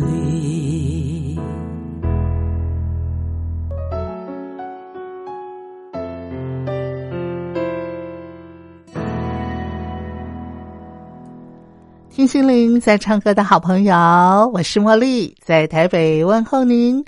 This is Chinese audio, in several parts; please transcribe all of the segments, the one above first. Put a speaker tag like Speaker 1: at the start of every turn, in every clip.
Speaker 1: 离。
Speaker 2: 听心灵在唱歌的好朋友，我是茉莉，在台北问候您。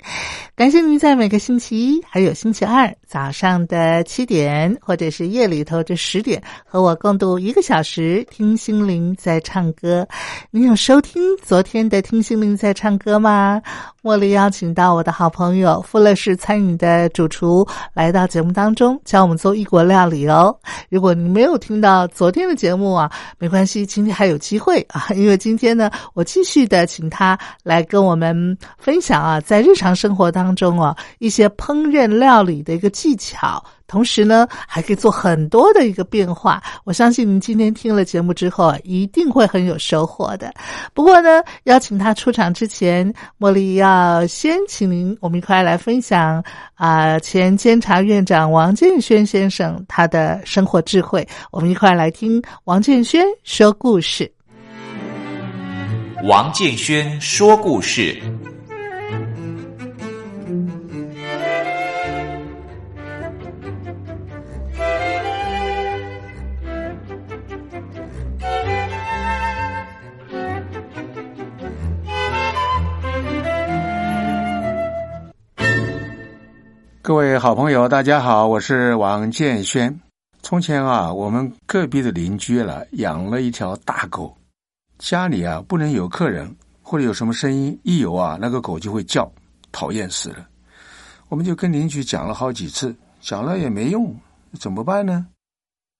Speaker 2: 感谢您在每个星期一还有星期二早上的七点，或者是夜里头的十点，和我共度一个小时听心灵在唱歌。您有收听昨天的《听心灵在唱歌》吗？茉莉邀请到我的好朋友富乐式餐饮的主厨来到节目当中，教我们做异国料理哦。如果你没有听到昨天的节目啊，没关系，今天还有机会啊，因为今天呢，我继续的请他来跟我们分享啊，在日常生活当中啊，一些烹饪料理的一个技巧。同时呢，还可以做很多的一个变化。我相信您今天听了节目之后啊，一定会很有收获的。不过呢，邀请他出场之前，茉莉要先请您，我们一块来分享啊、前监察院长王建轩先生他的生活智慧。我们一块来听王建轩说故事。
Speaker 3: 王建轩说故事。
Speaker 4: 各位好朋友，大家好，我是王建轩。从前啊，我们隔壁的邻居了养了一条大狗，家里啊不能有客人或者有什么声音，一有啊那个狗就会叫，讨厌死了。我们就跟邻居讲了好几次，讲了也没用，怎么办呢？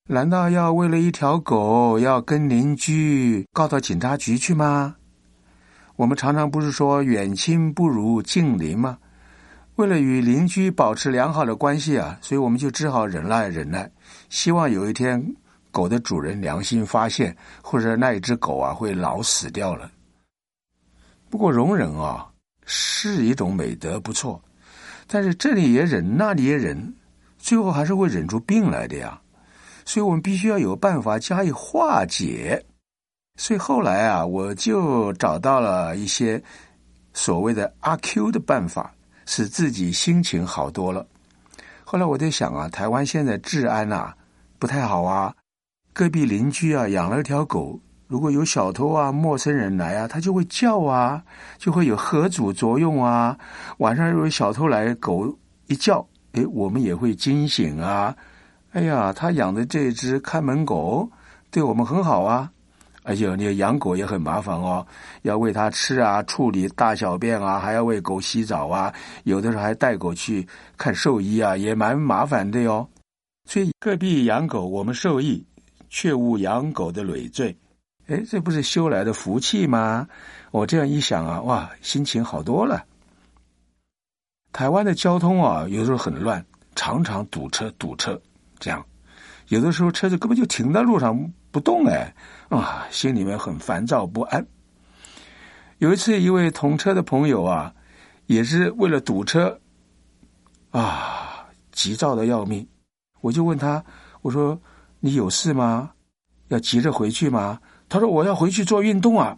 Speaker 4: 难道要为了一条狗要跟邻居告到警察局去吗？我们常常不是说远亲不如近邻吗？为了与邻居保持良好的关系啊，所以我们就只好忍耐忍耐，希望有一天狗的主人良心发现，或者那一只狗啊会老死掉了。不过容忍啊是一种美德，不错，但是这里也忍，那里也忍，最后还是会忍出病来的呀。所以我们必须要有办法加以化解。所以后来啊，我就找到了一些所谓的阿 Q 的办法，使自己心情好多了。后来我在想啊，台湾现在治安呐、不太好啊，隔壁邻居啊养了一条狗，如果有小偷啊、陌生人来啊，它就会叫啊，就会有合组作用啊。晚上如果有小偷来，狗一叫，诶，我们也会惊醒啊。哎呀，他养的这只看门狗对我们很好啊。而且你养狗也很麻烦哦，要喂它吃啊，处理大小便啊，还要为狗洗澡啊，有的时候还带狗去看兽医啊，也蛮麻烦的哟。所以隔壁养狗，我们受益，却无养狗的累赘。哎，这不是修来的福气吗？我这样一想啊，哇，心情好多了。台湾的交通啊，有时候很乱，常常堵车，堵车这样。有的时候车子根本就停在路上不动，哎，啊，心里面很烦躁不安。有一次，一位同车的朋友啊，也是为了堵车，啊，急躁的要命。我就问他，我说：“你有事吗？要急着回去吗？”他说：“我要回去做运动啊。”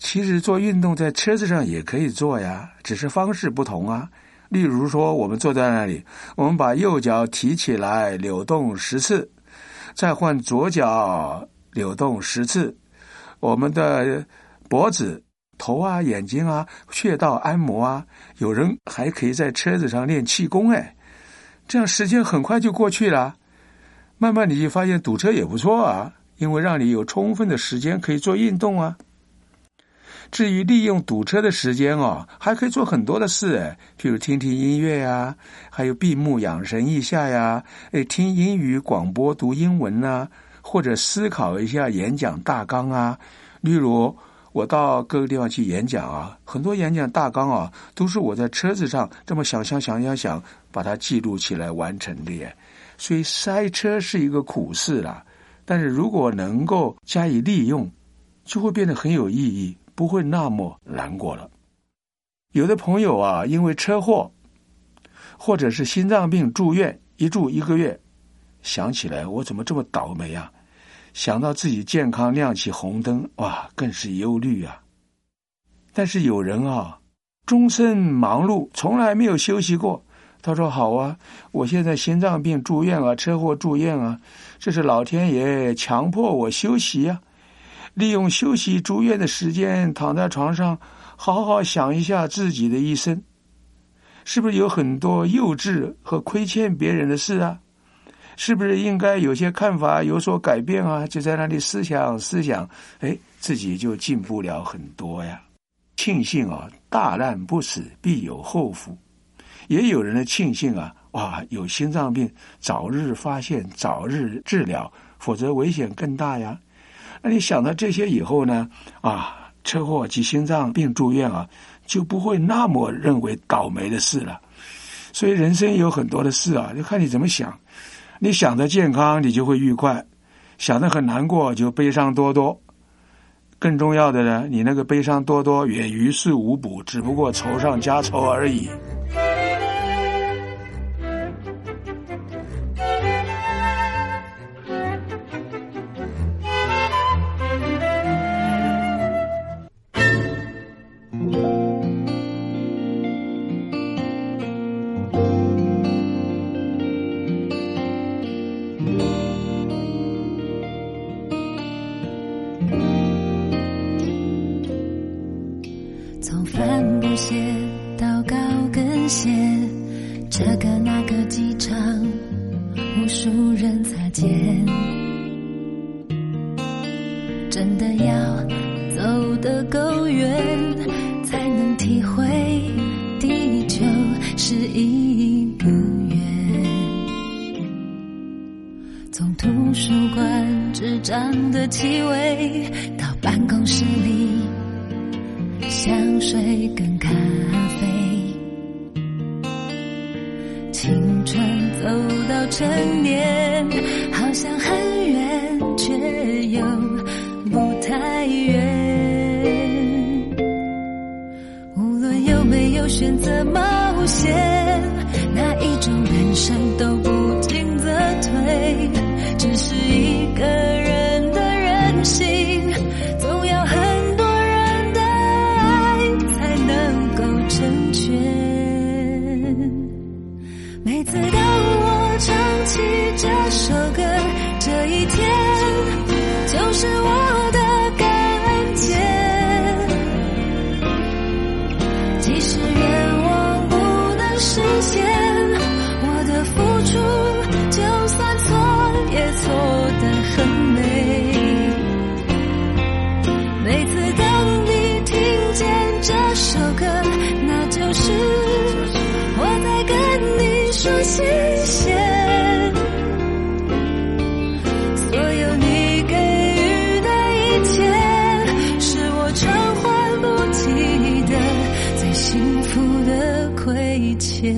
Speaker 4: 其实做运动在车子上也可以做呀，只是方式不同啊。例如说，我们坐在那里，我们把右脚提起来扭动十次，再换左脚扭动十次。我们的脖子、头啊、眼睛啊、穴道按摩啊，有人还可以在车子上练气功哎，这样时间很快就过去了。慢慢你就发现堵车也不错啊，因为让你有充分的时间可以做运动啊。至于利用堵车的时间哦，还可以做很多的事，哎譬如听听音乐呀、还有闭目养神一下呀，诶，听英语广播读英文呐、或者思考一下演讲大纲啊。例如，我到各个地方去演讲啊，很多演讲大纲啊，都是我在车子上这么想想想想想，把它记录起来完成的耶。所以塞车是一个苦事啦，但是如果能够加以利用，就会变得很有意义，不会那么难过了。有的朋友啊，因为车祸或者是心脏病住院，一住一个月，想起来我怎么这么倒霉啊？想到自己健康亮起红灯，哇，更是忧虑啊。但是有人啊，终身忙碌，从来没有休息过。他说：“好啊，我现在心脏病住院啊，车祸住院啊，这是老天爷强迫我休息呀、利用休息住院的时间，躺在床上，好好想一下自己的一生，是不是有很多幼稚和亏欠别人的事啊？是不是应该有些看法有所改变啊？就在那里思想思想，哎，自己就进步了很多呀。庆幸啊，大难不死，必有后福。也有人的庆幸啊，哇，有心脏病早日发现，早日治疗，否则危险更大呀。那你想到这些以后呢，啊，车祸及心脏病住院啊，就不会那么认为倒霉的事了。所以人生有很多的事啊，就看你怎么想。你想的健康，你就会愉快；想的很难过，就悲伤多多。更重要的呢，你那个悲伤多多也于事无补，只不过仇上加仇而已。
Speaker 1: 从帆布鞋到高跟鞋，这个那个机场，无数人擦肩。真的要走得够远，才能体会地球是一个圆。从图书馆纸张的气味，到办公室里香水跟咖啡，青春走到成年，好像很远，却又不太远。无论有没有选择冒险，哪一种人生都不进则退，只是一个人的任性，总要很多人的爱才能够成全。每次当我唱起这首歌，这一天就是我的感恩节。即使愿望不能实现，我的付出就算错也错得很美。每次当你听见这首歌，那就是我在跟你说谢谢。所有你给予的一切，是我偿还不及的最幸福的亏欠。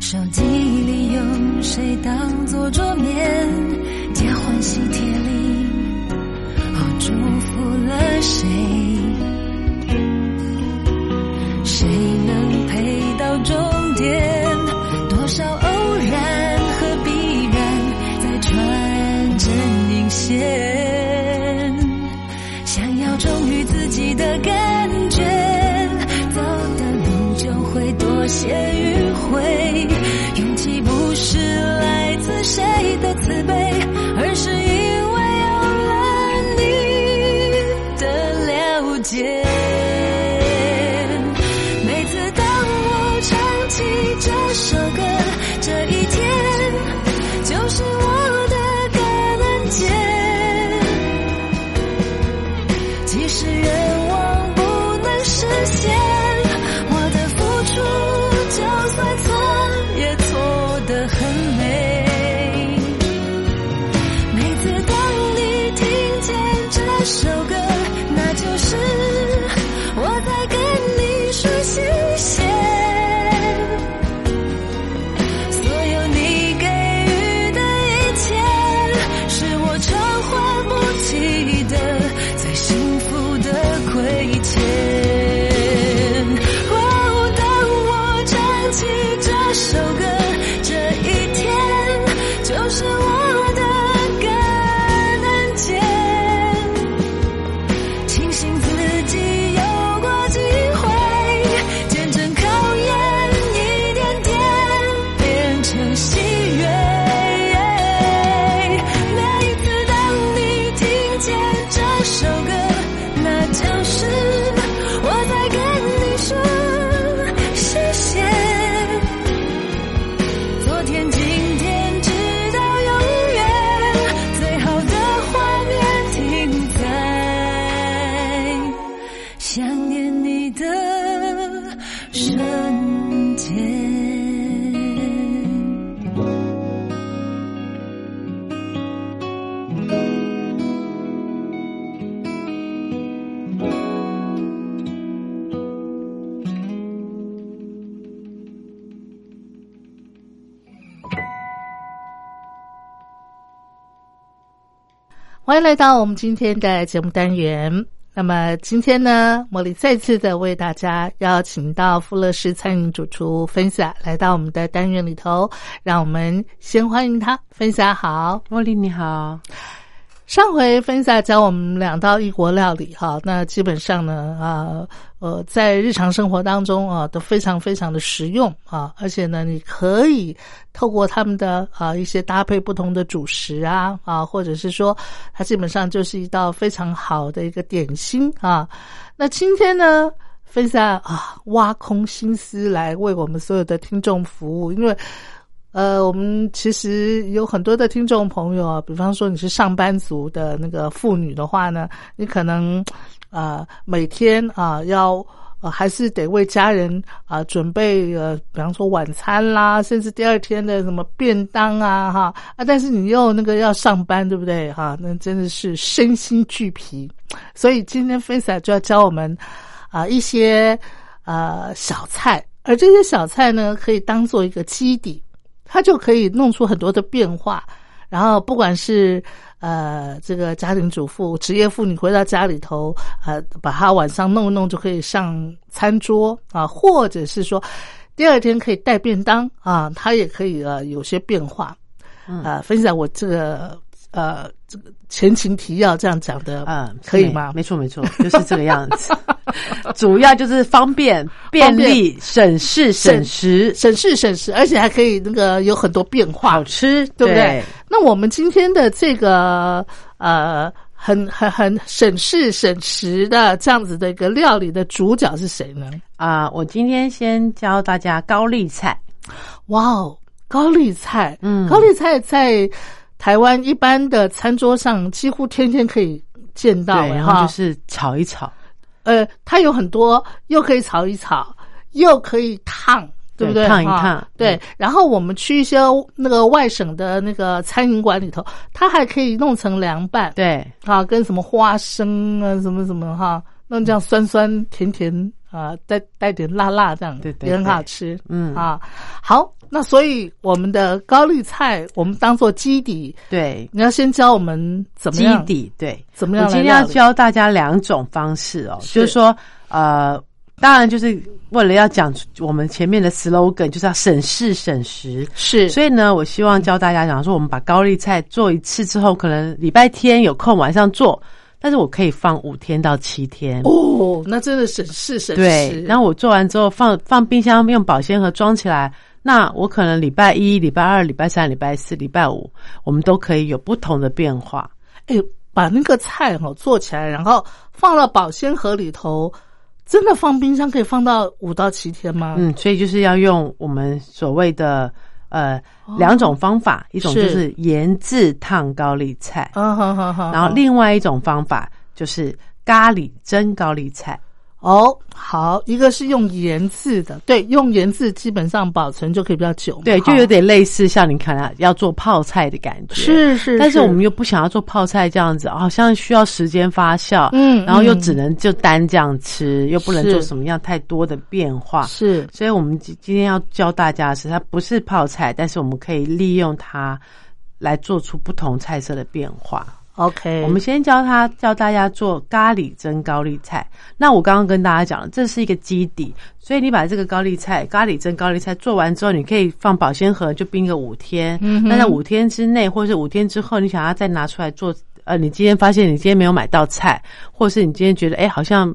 Speaker 1: 手机里有谁当做桌面？结婚喜帖里哦，祝福了谁？谁能陪到终点？多少偶然和必然在穿针引线，想要忠于自己的感觉，走的路就会多些迂回。勇气不是来自谁的慈悲，而是即使愿望不能实现，我的付出就算错也错得很美。每次当你听见这首歌，那就是我在跟你说谢谢。所有你给予的一切，是我偿还不起的最幸福的亏欠。哦，当我唱起这首歌，这一天就是我的感恩节。庆幸自己有过机会，见证考验一点点变成喜悦。那一次，当你听见这首歌，那就是我在跟你说谢谢。昨天、今天，直到永远，最好的画面停在想念你的瞬间。
Speaker 2: 欢迎来到我们今天的节目单元。那么今天呢，茉莉再次的为大家邀请到富乐市餐饮主厨分享来到我们的单元里头，让我们先欢迎他。分享好，
Speaker 5: 茉莉你好，
Speaker 2: 上回分享教我们两道异国料理哈，那基本上呢啊呃，在日常生活当中啊都非常非常的实用啊，而且呢你可以透过他们的啊一些搭配不同的主食啊啊，或者是说它基本上就是一道非常好的一个点心啊。那今天呢？分享啊，挖空心思来为我们所有的听众服务，因为呃，我们其实有很多的听众朋友啊，比方说你是上班族的那个妇女的话呢，你可能呃每天啊、要。呃，还是得为家人啊、准备呃，比方说晚餐啦，甚至第二天的什么便当啊，哈啊，但是你又那个要上班，对不对？哈、那真的是身心俱疲。所以今天 f a c e 就要教我们啊、一些呃小菜，而这些小菜呢，可以当做一个基底，它就可以弄出很多的变化。然后不管是呃这个家庭主妇、职业妇女回到家里头，呃，把它晚上弄一弄就可以上餐桌啊，或者是说第二天可以带便当啊，它也可以呃有些变化。啊、分享我这个呃这个前情提要这样讲的，
Speaker 5: 嗯，
Speaker 2: 呃可以
Speaker 5: 没
Speaker 2: 吗？
Speaker 5: 没错没错，就是这个样 子。主要就是方便、便利、省事、省时、
Speaker 2: 省事省事，而且还可以那个有很多变化
Speaker 5: 好。吃，
Speaker 2: 对不对？那我们今天的这个呃，很很很省事省时的这样子的一个料理的主角是谁呢？
Speaker 5: 啊，我今天先教大家高丽菜，
Speaker 2: 哇哦，高丽菜，
Speaker 5: 嗯
Speaker 2: 高丽菜在台湾一般的餐桌上几乎天天可以见到，
Speaker 5: 对，
Speaker 2: 哎
Speaker 5: 然
Speaker 2: 哈
Speaker 5: 后就是炒一炒，
Speaker 2: 呃，它有很多，又可以炒一炒，又可以烫，对不对？
Speaker 5: 对烫一
Speaker 2: 哈
Speaker 5: 烫
Speaker 2: 对
Speaker 5: 嗯。
Speaker 2: 然后我们去一些那个外省的那个餐饮馆里头，它还可以弄成凉拌，
Speaker 5: 对，
Speaker 2: 啊，跟什么花生啊，什么什么哈，弄这样酸酸甜甜啊，带带点辣辣这样，
Speaker 5: 对对
Speaker 2: 也很
Speaker 5: 对
Speaker 2: 好吃。
Speaker 5: 嗯
Speaker 2: 啊，好，那所以我们的高丽菜，我们当做基底，
Speaker 5: 对，
Speaker 2: 你要先教我们怎么
Speaker 5: 基
Speaker 2: 样
Speaker 5: 底对。
Speaker 2: 怎么样
Speaker 5: 我
Speaker 2: 来
Speaker 5: 今天要
Speaker 2: 料理
Speaker 5: 教大家两种方式哦，
Speaker 2: 是
Speaker 5: 就是说，呃，当然就是为了要讲我们前面的 slogan，就是要省事省时。
Speaker 2: 是，
Speaker 5: 所以呢，我希望教大家，讲说我们把高丽菜做一次之后，可能礼拜天有空晚上做，但是我可以放五天到七天。
Speaker 2: 哦，那真的省事省
Speaker 5: 对
Speaker 2: 时，。
Speaker 5: 然后我做完之后放放冰箱，用保鲜盒装起来。那我可能礼拜一、礼拜二、礼拜三、礼拜四、礼拜五，我们都可以有不同的变化。
Speaker 2: 哎，把那个菜哦做起来，然后放到保鲜盒里头，真的放冰箱可以放到五到七天吗？
Speaker 5: 嗯，所以就是要用我们所谓的呃
Speaker 2: 哦
Speaker 5: 两种方法，一种就是是盐渍烫高丽菜，
Speaker 2: 啊，好好好，
Speaker 5: 然后另外一种方法就是咖喱蒸高丽菜。
Speaker 2: 哦，好，一个是用盐渍的，对，用盐渍基本上保存就可以比较久嘛，
Speaker 5: 对，就
Speaker 2: 哈
Speaker 5: 有点类似像你看啊，要做泡菜的感觉。。
Speaker 2: 是是，
Speaker 5: 但是我们又不想要做泡菜这样子，好像需要时间发酵，
Speaker 2: 嗯
Speaker 5: 然后又
Speaker 2: 嗯
Speaker 5: 只能就单这样吃，又不能
Speaker 2: 是
Speaker 5: 做什么样太多的变化，
Speaker 2: 是
Speaker 5: 所以我们今今天要教大家的是，它不是泡菜，但是我们可以利用它来做出不同菜色的变化。
Speaker 2: OK，
Speaker 5: 我们先教他教大家做咖喱蒸高丽菜。那我刚刚跟大家讲了，这是一个基底，所以你把这个高丽菜咖喱蒸高丽菜做完之后，你可以放保鲜盒，就冰个五天。
Speaker 2: 嗯哼
Speaker 5: 那在五天之内，或是五天之后，你想要再拿出来做，呃，你今天发现你今天没有买到菜，或是你今天觉得哎好像。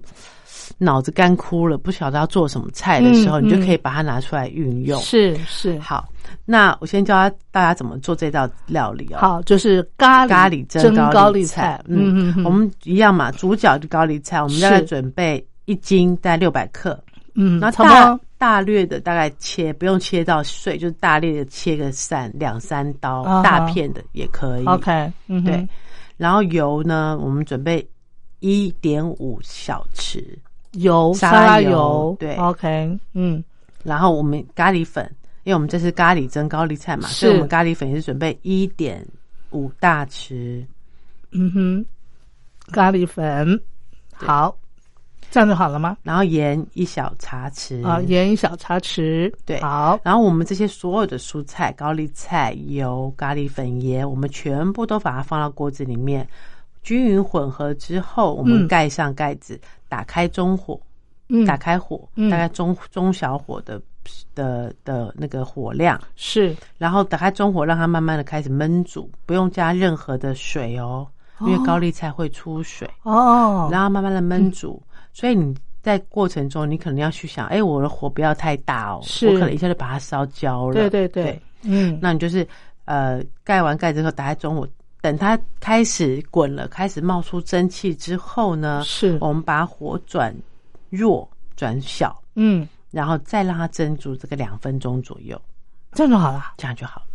Speaker 5: 脑子干枯了，不晓得要做什么菜的时候，
Speaker 2: 嗯
Speaker 5: 你就
Speaker 2: 嗯
Speaker 5: 可以把它拿出来运用。
Speaker 2: 是是
Speaker 5: 好，那我先教大家怎么做这道料理哦。
Speaker 2: 好，就是咖喱
Speaker 5: 咖喱蒸
Speaker 2: 高
Speaker 5: 丽
Speaker 2: 丽
Speaker 5: 菜。
Speaker 2: 嗯
Speaker 5: 嗯
Speaker 2: 嗯，嗯
Speaker 5: 我们一样嘛，主角的高丽菜，我们大概
Speaker 2: 是
Speaker 5: 准备一斤，大概六百克，
Speaker 2: 嗯，
Speaker 5: 那
Speaker 2: 差不多
Speaker 5: 大大略的大概切，不用切到碎，就是大略的切个三两三刀
Speaker 2: 啊哈，
Speaker 5: 大片的也可以。
Speaker 2: OK，嗯哼
Speaker 5: 对，然后油呢，我们准备一点五小匙，
Speaker 2: 油
Speaker 5: 沙
Speaker 2: 沙
Speaker 5: 拉
Speaker 2: 拉
Speaker 5: 油
Speaker 2: 油
Speaker 5: 对
Speaker 2: ，OK，嗯
Speaker 5: 然后我们咖喱粉，因为我们这是咖喱蒸高丽菜嘛，所以
Speaker 2: 是
Speaker 5: 我们咖喱粉也是准备一点五大匙。
Speaker 2: 嗯哼，咖喱粉，好，这样就好了吗？
Speaker 5: 然后盐一小茶匙
Speaker 2: 啊，盐一小茶匙，
Speaker 5: 嗯对
Speaker 2: 好，
Speaker 5: 然后我们这些所有的蔬菜、高丽菜、油、咖喱粉、盐，我们全部都把它放到锅子里面，均匀混合之后，我
Speaker 2: 嗯
Speaker 5: 们盖上盖子，打开中火，
Speaker 2: 嗯，
Speaker 5: 打开火，
Speaker 2: 嗯
Speaker 5: 大概中中小火的的的那个火量，
Speaker 2: 是
Speaker 5: 然后打开中火，让它慢慢的开始焖煮，不用加任何的水哦，因为
Speaker 2: 哦
Speaker 5: 高丽菜会出水。
Speaker 2: 哦，
Speaker 5: 然后慢慢的焖煮。嗯所以你在过程中，你可能要去想，哎，我的火不要太大哦，
Speaker 2: 是
Speaker 5: 我可能一下就把它烧焦了。
Speaker 2: 对对
Speaker 5: 对
Speaker 2: 对，，嗯，
Speaker 5: 那你就是呃盖完盖子之后，打开中火，等它开始滚了，开始冒出蒸汽之后呢，
Speaker 2: 是，
Speaker 5: 我们把火转弱转小，
Speaker 2: 嗯，
Speaker 5: 然后再让它蒸煮这个两分钟左右，
Speaker 2: 这样就好了。
Speaker 5: 这样就好了，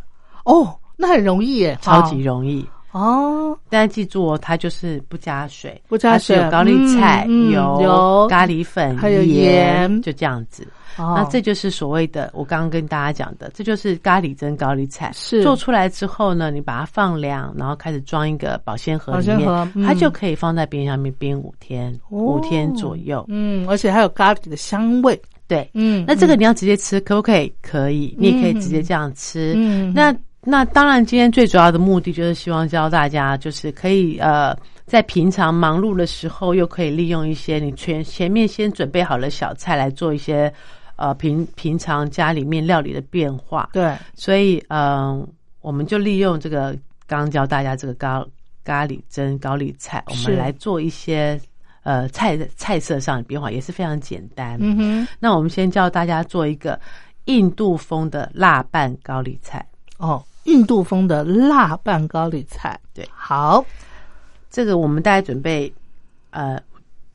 Speaker 2: 哦，那很容易耶，
Speaker 5: 超级
Speaker 2: 好
Speaker 5: 容易。
Speaker 2: 哦，
Speaker 5: 大家记住哦，它就是不加水，
Speaker 2: 不加水啊
Speaker 5: 它只有高丽菜、
Speaker 2: 嗯嗯
Speaker 5: 油、
Speaker 2: 油
Speaker 5: 咖喱粉、
Speaker 2: 还有盐
Speaker 5: 就这样子。
Speaker 2: 哦
Speaker 5: 那这就是所谓的我刚刚跟大家讲的，这就是咖喱蒸高丽菜。
Speaker 2: 是
Speaker 5: 做出来之后呢，你把它放凉，然后开始装一个保鲜盒
Speaker 2: 保
Speaker 5: 里
Speaker 2: 鲜
Speaker 5: 面，
Speaker 2: 盒嗯
Speaker 5: 它就可以放在冰箱里面冰五天，五
Speaker 2: 哦
Speaker 5: 天左右。
Speaker 2: 嗯，而且还有咖喱的香味，
Speaker 5: 对，
Speaker 2: 嗯，
Speaker 5: 那这个你要直接吃，可不可以？可以，你也可以直接这样吃。
Speaker 2: 嗯
Speaker 5: 那那当然，今天最主要的目的就是希望教大家，就是可以呃，在平常忙碌的时候，又可以利用一些你前前面先准备好了小菜来做一些呃平平常家里面料理的变化。
Speaker 2: 对，
Speaker 5: 所以嗯、呃我们就利用这个刚刚教大家这个咖咖喱蒸高丽菜，我
Speaker 2: 是
Speaker 5: 们来做一些呃菜菜色上的变化，也是非常简单。
Speaker 2: 嗯哼，
Speaker 5: 那我们先教大家做一个印度风的辣拌高丽菜。
Speaker 2: 哦，印度风的辣拌高丽菜，
Speaker 5: 对
Speaker 2: 好，
Speaker 5: 这个我们大概准备，呃，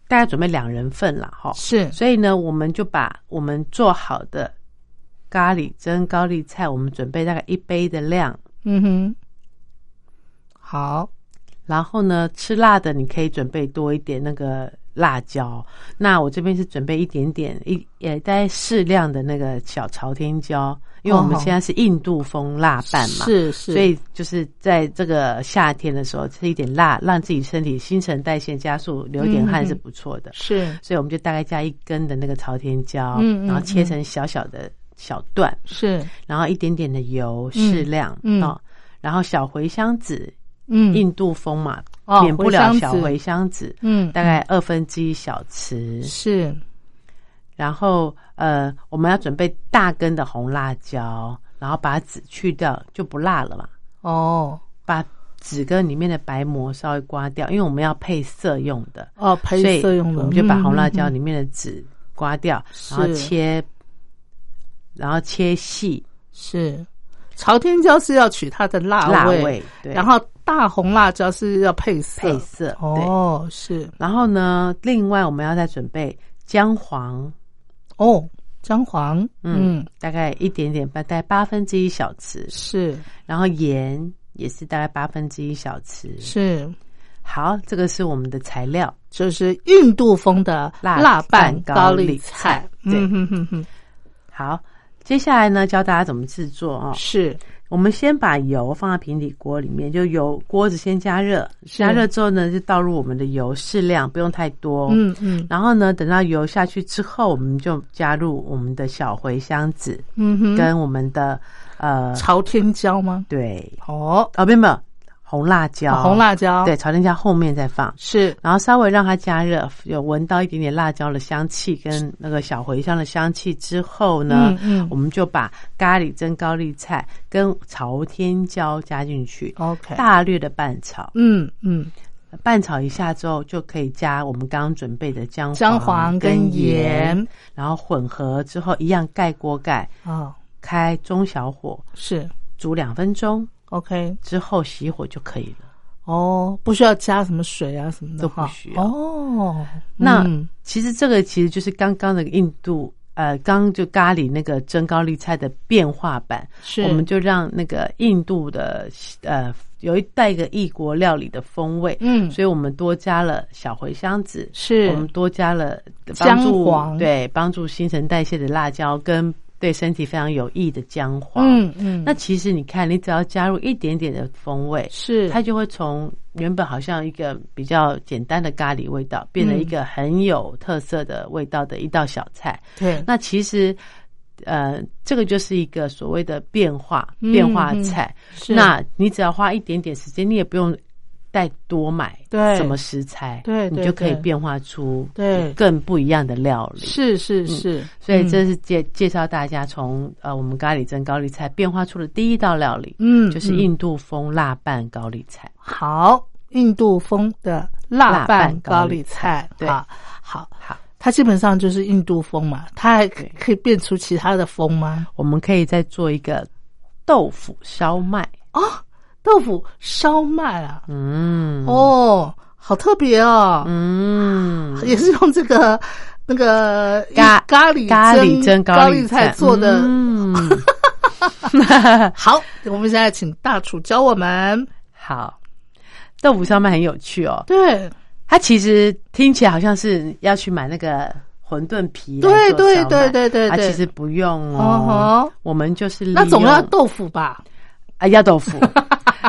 Speaker 5: 大概准备两人份啦，哈。
Speaker 2: 是
Speaker 5: 所以呢，我们就把我们做好的咖喱蒸高丽菜，我们准备大概一杯的量。
Speaker 2: 嗯哼，好，
Speaker 5: 然后呢，吃辣的你可以准备多一点那个辣椒。那我这边是准备一点点，一也大概适量的那个小朝天椒，因为我们
Speaker 2: 哦
Speaker 5: 现在是印度风辣拌嘛，
Speaker 2: 是是，
Speaker 5: 所以就是在这个夏天的时候吃一点辣，让自己身体新陈代谢加速，流一点汗是不错的。
Speaker 2: 是
Speaker 5: 所以我们就大概加一根的那个朝天椒，
Speaker 2: 嗯嗯
Speaker 5: 然后切成小小的小段，
Speaker 2: 是，
Speaker 5: 然后一点点的油适量
Speaker 2: 嗯
Speaker 5: 哦，然后小茴香籽，
Speaker 2: 嗯
Speaker 5: 印度风嘛，
Speaker 2: 哦
Speaker 5: 免不
Speaker 2: 茴
Speaker 5: 了
Speaker 2: 香
Speaker 5: 小
Speaker 2: 籽
Speaker 5: 茴香籽，
Speaker 2: 嗯，
Speaker 5: 大概二分之一小匙，
Speaker 2: 是
Speaker 5: 然后呃，我们要准备大根的红辣椒，然后把籽去掉就不辣了嘛。
Speaker 2: 哦
Speaker 5: 把纸跟里面的白膜稍微刮掉，因为我们要配色用的，
Speaker 2: 哦，配色用
Speaker 5: 所以
Speaker 2: 的，
Speaker 5: 我们就把红辣椒
Speaker 2: 嗯嗯
Speaker 5: 里面的籽刮掉，
Speaker 2: 是
Speaker 5: 然后切，然后切细
Speaker 2: 嗯是朝天椒是要取它的辣
Speaker 5: 辣
Speaker 2: 味，
Speaker 5: 味，对，
Speaker 2: 然后大红辣椒是要配色，
Speaker 5: 配色，对，
Speaker 2: 哦是
Speaker 5: 然后呢，另外我们要再准备姜黄，
Speaker 2: 哦姜黄，
Speaker 5: 嗯，
Speaker 2: 嗯
Speaker 5: 大概一点点，大概八分之一小匙，
Speaker 2: 是
Speaker 5: 然后盐也是大概八分之一小匙，
Speaker 2: 是
Speaker 5: 好，这个是我们的材料，
Speaker 2: 就是印度风的
Speaker 5: 辣
Speaker 2: 辣拌
Speaker 5: 拌
Speaker 2: 高
Speaker 5: 高
Speaker 2: 丽
Speaker 5: 丽
Speaker 2: 菜
Speaker 5: 菜。对
Speaker 2: 嗯哼哼哼，
Speaker 5: 好。接下来呢，教大家怎么制作哦。
Speaker 2: 是
Speaker 5: 我们先把油放在平底锅里面，就油锅子先加热，
Speaker 2: 是
Speaker 5: 加热之后呢，就倒入我们的油，适量，不用太多。
Speaker 2: 嗯嗯
Speaker 5: 然后呢，等到油下去之后，我们就加入我们的小茴香子、
Speaker 2: 嗯哼，
Speaker 5: 跟我们的呃，
Speaker 2: 朝天椒吗？
Speaker 5: 对，
Speaker 2: 哦，
Speaker 5: 哦，没有没有，红辣椒，
Speaker 2: 红辣椒
Speaker 5: 对，朝天椒后面再放，
Speaker 2: 是
Speaker 5: 然后稍微让它加热，有闻到一点点辣椒的香气跟那个小茴香的香气之后呢，
Speaker 2: 嗯嗯
Speaker 5: 我们就把咖喱蒸高丽菜跟朝天椒加进去，
Speaker 2: OK，
Speaker 5: 大略的拌炒，
Speaker 2: 嗯嗯，
Speaker 5: 拌炒一下之后就可以加我们刚刚准备的姜
Speaker 2: 姜黄跟
Speaker 5: 盐，
Speaker 2: 盐
Speaker 5: 然后混合之后一样盖锅盖，
Speaker 2: 哦，
Speaker 5: 开中小火
Speaker 2: 是
Speaker 5: 煮两分钟
Speaker 2: OK
Speaker 5: 之后熄火就可以了。
Speaker 2: 哦，不需要加什么水啊什么的
Speaker 5: 都不
Speaker 2: 哈
Speaker 5: 需要
Speaker 2: 哦，
Speaker 5: 那、
Speaker 2: 嗯
Speaker 5: 其实这个其实就是刚刚的印度呃，刚就咖喱那个蒸高丽菜的变化版，
Speaker 2: 是
Speaker 5: 我们就让那个印度的呃有一带一个异国料理的风味，
Speaker 2: 嗯
Speaker 5: 所以我们多加了小茴香子，
Speaker 2: 是
Speaker 5: 我们多加了
Speaker 2: 姜
Speaker 5: 帮助
Speaker 2: 黄
Speaker 5: 对帮助新陈代谢的辣椒跟对身体非常有益的姜黄，
Speaker 2: 嗯嗯，
Speaker 5: 那其实你看，你只要加入一点点的风味，
Speaker 2: 是
Speaker 5: 它就会从原本好像一个比较简单的咖喱味道，变成一
Speaker 2: 嗯
Speaker 5: 个很有特色的味道的一道小菜。
Speaker 2: 对
Speaker 5: 那其实，呃，这个就是一个所谓的变化
Speaker 2: 嗯
Speaker 5: 变化菜。
Speaker 2: 是
Speaker 5: 那你只要花一点点时间，你也不用再多买
Speaker 2: 对
Speaker 5: 什么食材，
Speaker 2: 对对
Speaker 5: 你就可以
Speaker 2: 对
Speaker 5: 变化出
Speaker 2: 对
Speaker 5: 更不一样的料理。
Speaker 2: 是是是，
Speaker 5: 所以
Speaker 2: 嗯
Speaker 5: 这是介介绍大家从呃我们咖喱蒸高丽菜变化出的第一道料理，
Speaker 2: 嗯
Speaker 5: 就是
Speaker 2: 嗯
Speaker 5: 印度风辣拌高丽菜。
Speaker 2: 好，印度风的辣拌
Speaker 5: 辣拌
Speaker 2: 高
Speaker 5: 高
Speaker 2: 丽
Speaker 5: 丽
Speaker 2: 菜，
Speaker 5: 对
Speaker 2: 好好，
Speaker 5: 好，
Speaker 2: 它基本上就是印度风嘛，它还可以
Speaker 5: 对
Speaker 2: 可以变出其他的风吗？
Speaker 5: 我们可以再做一个豆腐烧麦，
Speaker 2: 豆腐烧麦啊，
Speaker 5: 嗯，
Speaker 2: 哦，好特别哦，
Speaker 5: 嗯，
Speaker 2: 也是用这个那个
Speaker 5: 咖
Speaker 2: 咖喱
Speaker 5: 咖喱蒸
Speaker 2: 高
Speaker 5: 高
Speaker 2: 丽
Speaker 5: 丽
Speaker 2: 菜做的。
Speaker 5: 嗯，
Speaker 2: 好，我们现在请大厨教我们。
Speaker 5: 好，豆腐烧麦很有趣哦，
Speaker 2: 对
Speaker 5: 它其实听起来好像是要去买那个。馄饨皮来
Speaker 2: 对
Speaker 5: 做
Speaker 2: 对
Speaker 5: 烧麦
Speaker 2: 对对对
Speaker 5: 啊，
Speaker 2: 对
Speaker 5: 其实不用
Speaker 2: 哦
Speaker 5: 哦
Speaker 2: 吼，
Speaker 5: 我们就是利
Speaker 2: 那总要
Speaker 5: 用
Speaker 2: 豆腐吧？
Speaker 5: 啊，要 豆腐，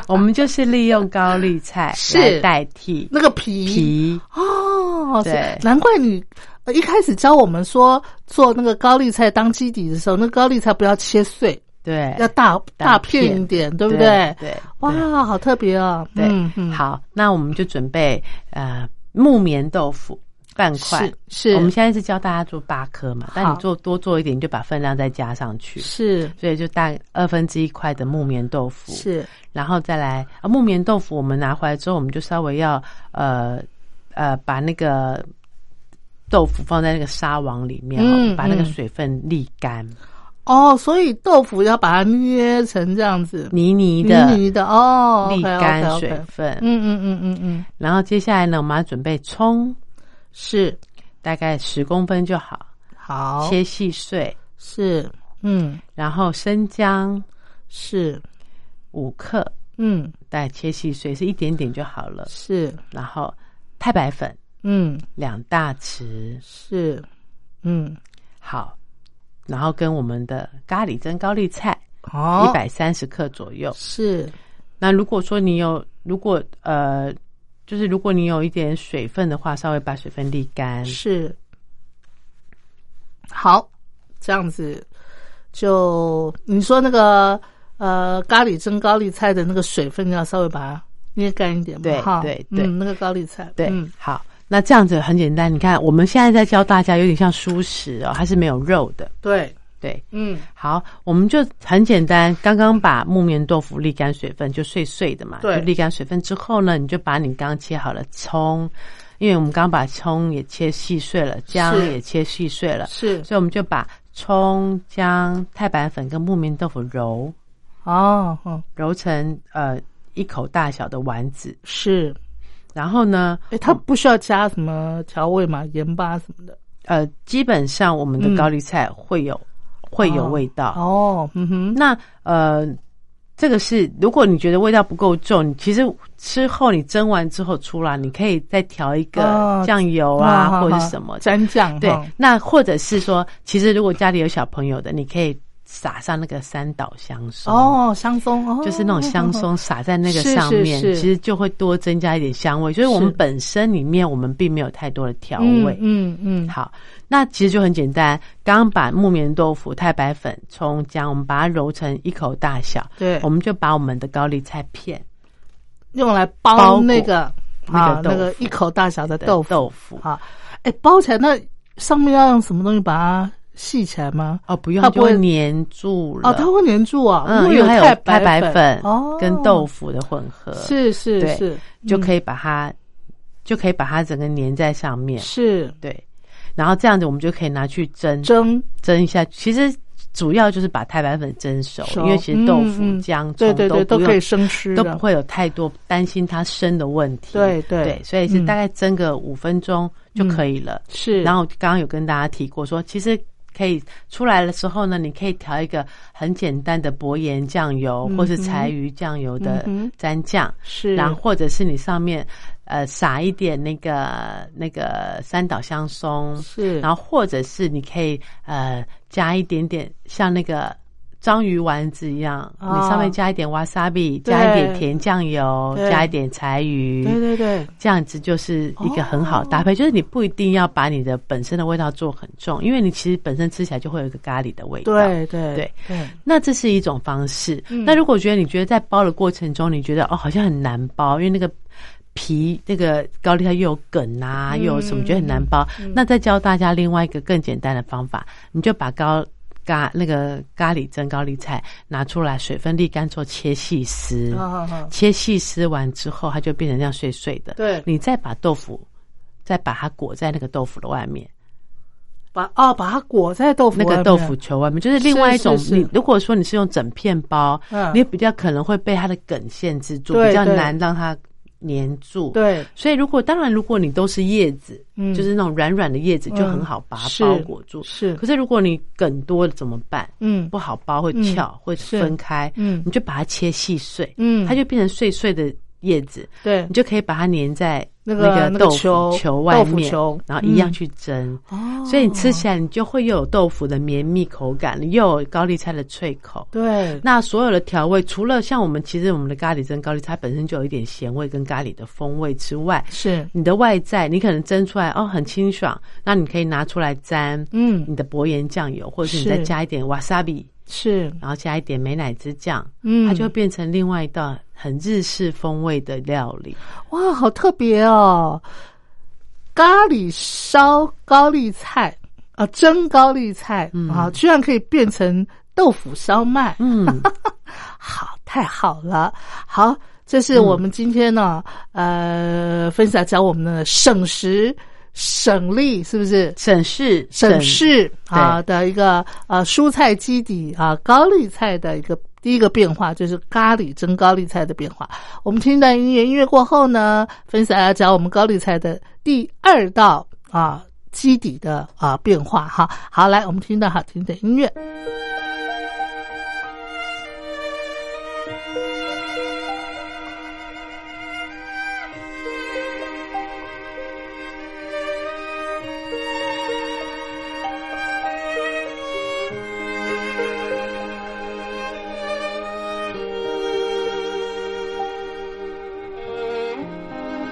Speaker 5: 我们就是利用高丽菜
Speaker 2: 是嗯
Speaker 5: 来代替
Speaker 2: 那个皮
Speaker 5: 皮，
Speaker 2: 哦，是
Speaker 5: 对
Speaker 2: 难怪你呃一开始教我们说做那个高丽菜当基底的时候，那高丽菜不要切碎，
Speaker 5: 对，
Speaker 2: 要大大
Speaker 5: 大片
Speaker 2: 片一点，对不
Speaker 5: 对对
Speaker 2: 哇，好特别哦！
Speaker 5: 对
Speaker 2: 嗯嗯，
Speaker 5: 好，那我们就准备呃木棉豆腐半块
Speaker 2: 是。是，
Speaker 5: 我们现在是教大家做八颗嘛，但
Speaker 2: 好
Speaker 5: 你做多做一点，你就把分量再加上去，
Speaker 2: 是
Speaker 5: 所以就大二分之一块的木棉豆腐，，
Speaker 2: 是
Speaker 5: 然后再来啊木棉豆腐，我们拿回来之后，我们就稍微要呃呃把那个豆腐放在那个纱网里面，哦
Speaker 2: 嗯
Speaker 5: 把那个
Speaker 2: 嗯
Speaker 5: 水分沥干，
Speaker 2: 哦，所以豆腐要把它捏成这样子，
Speaker 5: 泥泥
Speaker 2: 泥
Speaker 5: 的
Speaker 2: 泥的哦，
Speaker 5: 沥
Speaker 2: OK，OK，OK
Speaker 5: 干水分。
Speaker 2: 嗯嗯嗯嗯嗯，
Speaker 5: 然后接下来呢，我们要准备葱，
Speaker 2: 是
Speaker 5: 大概十公分就好，
Speaker 2: 好，
Speaker 5: 切细碎。
Speaker 2: 是嗯
Speaker 5: 然后生姜
Speaker 2: 是
Speaker 5: 五克，
Speaker 2: 嗯
Speaker 5: 大概切细碎，是一点点就好了。
Speaker 2: 是
Speaker 5: 然后太白粉
Speaker 2: 嗯
Speaker 5: 两大匙，
Speaker 2: 是嗯，
Speaker 5: 好。然后跟我们的咖喱蒸高丽菜
Speaker 2: 好，
Speaker 5: 一百三十克左右。
Speaker 2: 是
Speaker 5: 那如果说你有，如果呃，就是如果你有一点水分的话，稍微把水分沥干。
Speaker 2: 是，好，这样子就你说那个呃咖喱蒸高丽菜的那个水分要稍微把它捏干一点嘛，
Speaker 5: 对
Speaker 2: 哈，
Speaker 5: 对对
Speaker 2: 嗯，那个高丽菜，
Speaker 5: 对，
Speaker 2: 嗯，
Speaker 5: 好，那这样子很简单。你看，我们现在在教大家，有点像素食哦，它是没有肉的。
Speaker 2: 对，
Speaker 5: 对，
Speaker 2: 嗯，
Speaker 5: 好，我们就很简单，刚刚把木棉豆腐沥干水分，就碎碎的嘛，就
Speaker 2: 对
Speaker 5: 沥干水分之后呢，你就把你刚切好了葱，因为我们刚把葱也切细碎了，姜
Speaker 2: 是
Speaker 5: 也切细碎了，
Speaker 2: 是
Speaker 5: 所以我们就把葱、姜、太白粉跟木棉豆腐揉
Speaker 2: 哦，嗯，
Speaker 5: 揉成呃一口大小的丸子，
Speaker 2: 是，
Speaker 5: 然后呢，
Speaker 2: 哎，它不需要加什么调味嘛，盐巴什么的，
Speaker 5: 呃，基本上我们
Speaker 2: 嗯哦
Speaker 5: 的高丽菜会有、会有味道，
Speaker 2: 哦，嗯哼，
Speaker 5: 那呃，这个是，如果你觉得味道不够重，你其实吃后你蒸完之后出来，你可以再调一
Speaker 2: 哦
Speaker 5: 个酱油啊、
Speaker 2: 好
Speaker 5: 或者
Speaker 2: 好
Speaker 5: 是什么的。
Speaker 2: 蘸酱
Speaker 5: 对
Speaker 2: 哈，
Speaker 5: 那或者是说，其实如果家里有小朋友的，你可以撒上那个三岛香松，
Speaker 2: 哦，香松哦，
Speaker 5: 就是那种香松撒在那个上面，
Speaker 2: 是是是
Speaker 5: 其实就会多增加一点香味。所以我们本身里面我们并没有太多的调
Speaker 2: 嗯
Speaker 5: 味。
Speaker 2: 嗯嗯，
Speaker 5: 好，那其实就很简单，刚刚把木棉豆腐、太白粉、葱姜，我们把它揉成一口大小，
Speaker 2: 对
Speaker 5: 我们就把我们的高丽菜片、
Speaker 2: 用来
Speaker 5: 包
Speaker 2: 包
Speaker 5: 裹
Speaker 2: 那个啊
Speaker 5: 那个
Speaker 2: 那
Speaker 5: 豆腐
Speaker 2: 个一口大小的
Speaker 5: 的
Speaker 2: 豆腐
Speaker 5: 豆腐
Speaker 2: 啊，哎，包起来那上面要用什么东西把它系起来吗？
Speaker 5: 哦，不用，
Speaker 2: 它
Speaker 5: 它
Speaker 2: 不会
Speaker 5: 粘住了。
Speaker 2: 哦，它会粘住啊，
Speaker 5: 嗯，因
Speaker 2: 为
Speaker 5: 为它有
Speaker 2: 太
Speaker 5: 太白粉
Speaker 2: 哦，
Speaker 5: 跟豆腐的混合，
Speaker 2: 是嗯是
Speaker 5: 对
Speaker 2: 是
Speaker 5: 就
Speaker 2: 以
Speaker 5: 可以把它就可以把它整个粘在上面，
Speaker 2: 嗯是
Speaker 5: 对。然后这样子我们就可以拿去蒸
Speaker 2: 蒸
Speaker 5: 蒸一下。其实主要就是把太白粉蒸熟，
Speaker 2: 熟
Speaker 5: 因为其实豆
Speaker 2: 嗯嗯
Speaker 5: 腐、姜、
Speaker 2: 对
Speaker 5: 葱
Speaker 2: 对对都
Speaker 5: 都不
Speaker 2: 可以
Speaker 5: 用
Speaker 2: 生吃
Speaker 5: 都
Speaker 2: 的
Speaker 5: 不会有太多担心它生的问题。
Speaker 2: 对对
Speaker 5: 所以是
Speaker 2: 嗯
Speaker 5: 大概蒸个五分钟就可以了。
Speaker 2: 是，
Speaker 5: 然后刚刚有跟大家提过说，其实可以出来的时候呢，你可以调一个很简单的薄盐酱油、
Speaker 2: 嗯哼
Speaker 5: 或是柴鱼酱油的
Speaker 2: 嗯哼
Speaker 5: 蘸酱，
Speaker 2: 是
Speaker 5: 然后或者是你上面呃撒一点那个那个三岛香松，
Speaker 2: 是
Speaker 5: 然后或者是你可以呃加一点点像那个。章鱼丸子一样，
Speaker 2: 哦
Speaker 5: 你上面加一点 wasabi，
Speaker 2: 对
Speaker 5: 加一点甜酱油，
Speaker 2: 对
Speaker 5: 加一点柴鱼，
Speaker 2: 对哦对对
Speaker 5: 这样子就是一个很好的搭配，就是你不一定要把你的本身的味道做很重，因为你其实本身吃起来就会有一个咖喱的味道。，
Speaker 2: 对对
Speaker 5: 啊对
Speaker 2: 对，
Speaker 5: 那这是一种方式。
Speaker 2: 嗯
Speaker 5: 那如果觉得你觉得在包的过程中，你觉得哦好像很难包，因为那个皮那个高丽菜又有梗啊，
Speaker 2: 嗯
Speaker 5: 又有什么，觉得很难包。那再教大家另外一个更简单的方法，你就把高。咖那个咖喱蒸高丽菜拿出来，水分沥干之后切细丝，
Speaker 2: 好好好
Speaker 5: 切细丝完之后，它就变成这样碎碎的。
Speaker 2: 对
Speaker 5: 你再把豆腐，再把它裹在那个豆腐的外面，
Speaker 2: 把哦把它裹在豆腐
Speaker 5: 那
Speaker 2: 外
Speaker 5: 个
Speaker 2: 面
Speaker 5: 豆腐球外面，就是另外一种。
Speaker 2: 是是是
Speaker 5: 你如果说你是用整片包，
Speaker 2: 嗯
Speaker 5: 你比较可能会被它的梗限制住，
Speaker 2: 对
Speaker 5: 比较
Speaker 2: 对
Speaker 5: 难让它粘住。。
Speaker 2: 对
Speaker 5: 所以，如果当然，如果你都是叶子，
Speaker 2: 嗯
Speaker 5: 就是那种软软的叶子，
Speaker 2: 嗯
Speaker 5: 就很好把它
Speaker 2: 是
Speaker 5: 包裹住。
Speaker 2: 是
Speaker 5: 可是如果你梗多了怎么办？
Speaker 2: 嗯
Speaker 5: 不好包，会
Speaker 2: 嗯
Speaker 5: 翘，会
Speaker 2: 是
Speaker 5: 分开。
Speaker 2: 嗯
Speaker 5: 你就把它切细碎，
Speaker 2: 嗯
Speaker 5: 它就变成碎碎的叶子。
Speaker 2: 对
Speaker 5: 你就可以把它粘在
Speaker 2: 那个那个
Speaker 5: 豆腐
Speaker 2: 球
Speaker 5: 外
Speaker 2: 豆腐
Speaker 5: 面，
Speaker 2: 球嗯
Speaker 5: 然后一样去蒸。
Speaker 2: 哦
Speaker 5: 所以你吃起来，你就会又有豆腐的绵密口感，又有高丽菜的脆口。
Speaker 2: 对
Speaker 5: 那所有的调味，除了像我们其实我们的咖喱蒸高丽菜本身就有一点咸味跟咖喱的风味之外，
Speaker 2: 是
Speaker 5: 你的外在你可能蒸出来哦很清爽，那你可以拿出来沾，
Speaker 2: 嗯
Speaker 5: 你的薄盐酱油，或者是
Speaker 2: 是
Speaker 5: 你再加一点 wasabi，
Speaker 2: 是
Speaker 5: 然后加一点美乃滋酱，
Speaker 2: 嗯
Speaker 5: 它就会变成另外一道很日式风味的料理。
Speaker 2: 哇，好特别哦！咖喱烧高丽菜啊，蒸高丽菜、啊，居然可以变成豆腐 烧麦，
Speaker 5: 嗯，
Speaker 2: 好，太好了！好，这是我们今天呢、呃，分享讲我们的省时省力，是不是？
Speaker 5: 省事
Speaker 2: 省事啊的一个呃蔬菜基底啊高丽菜的一个第一个变化，就是咖喱蒸高丽菜的变化。我们听一段音乐，音乐过后呢，分享要讲我们高丽菜的第二道啊基底的啊变化哈。好，来我们听一段好听的音乐。
Speaker 5: 嗯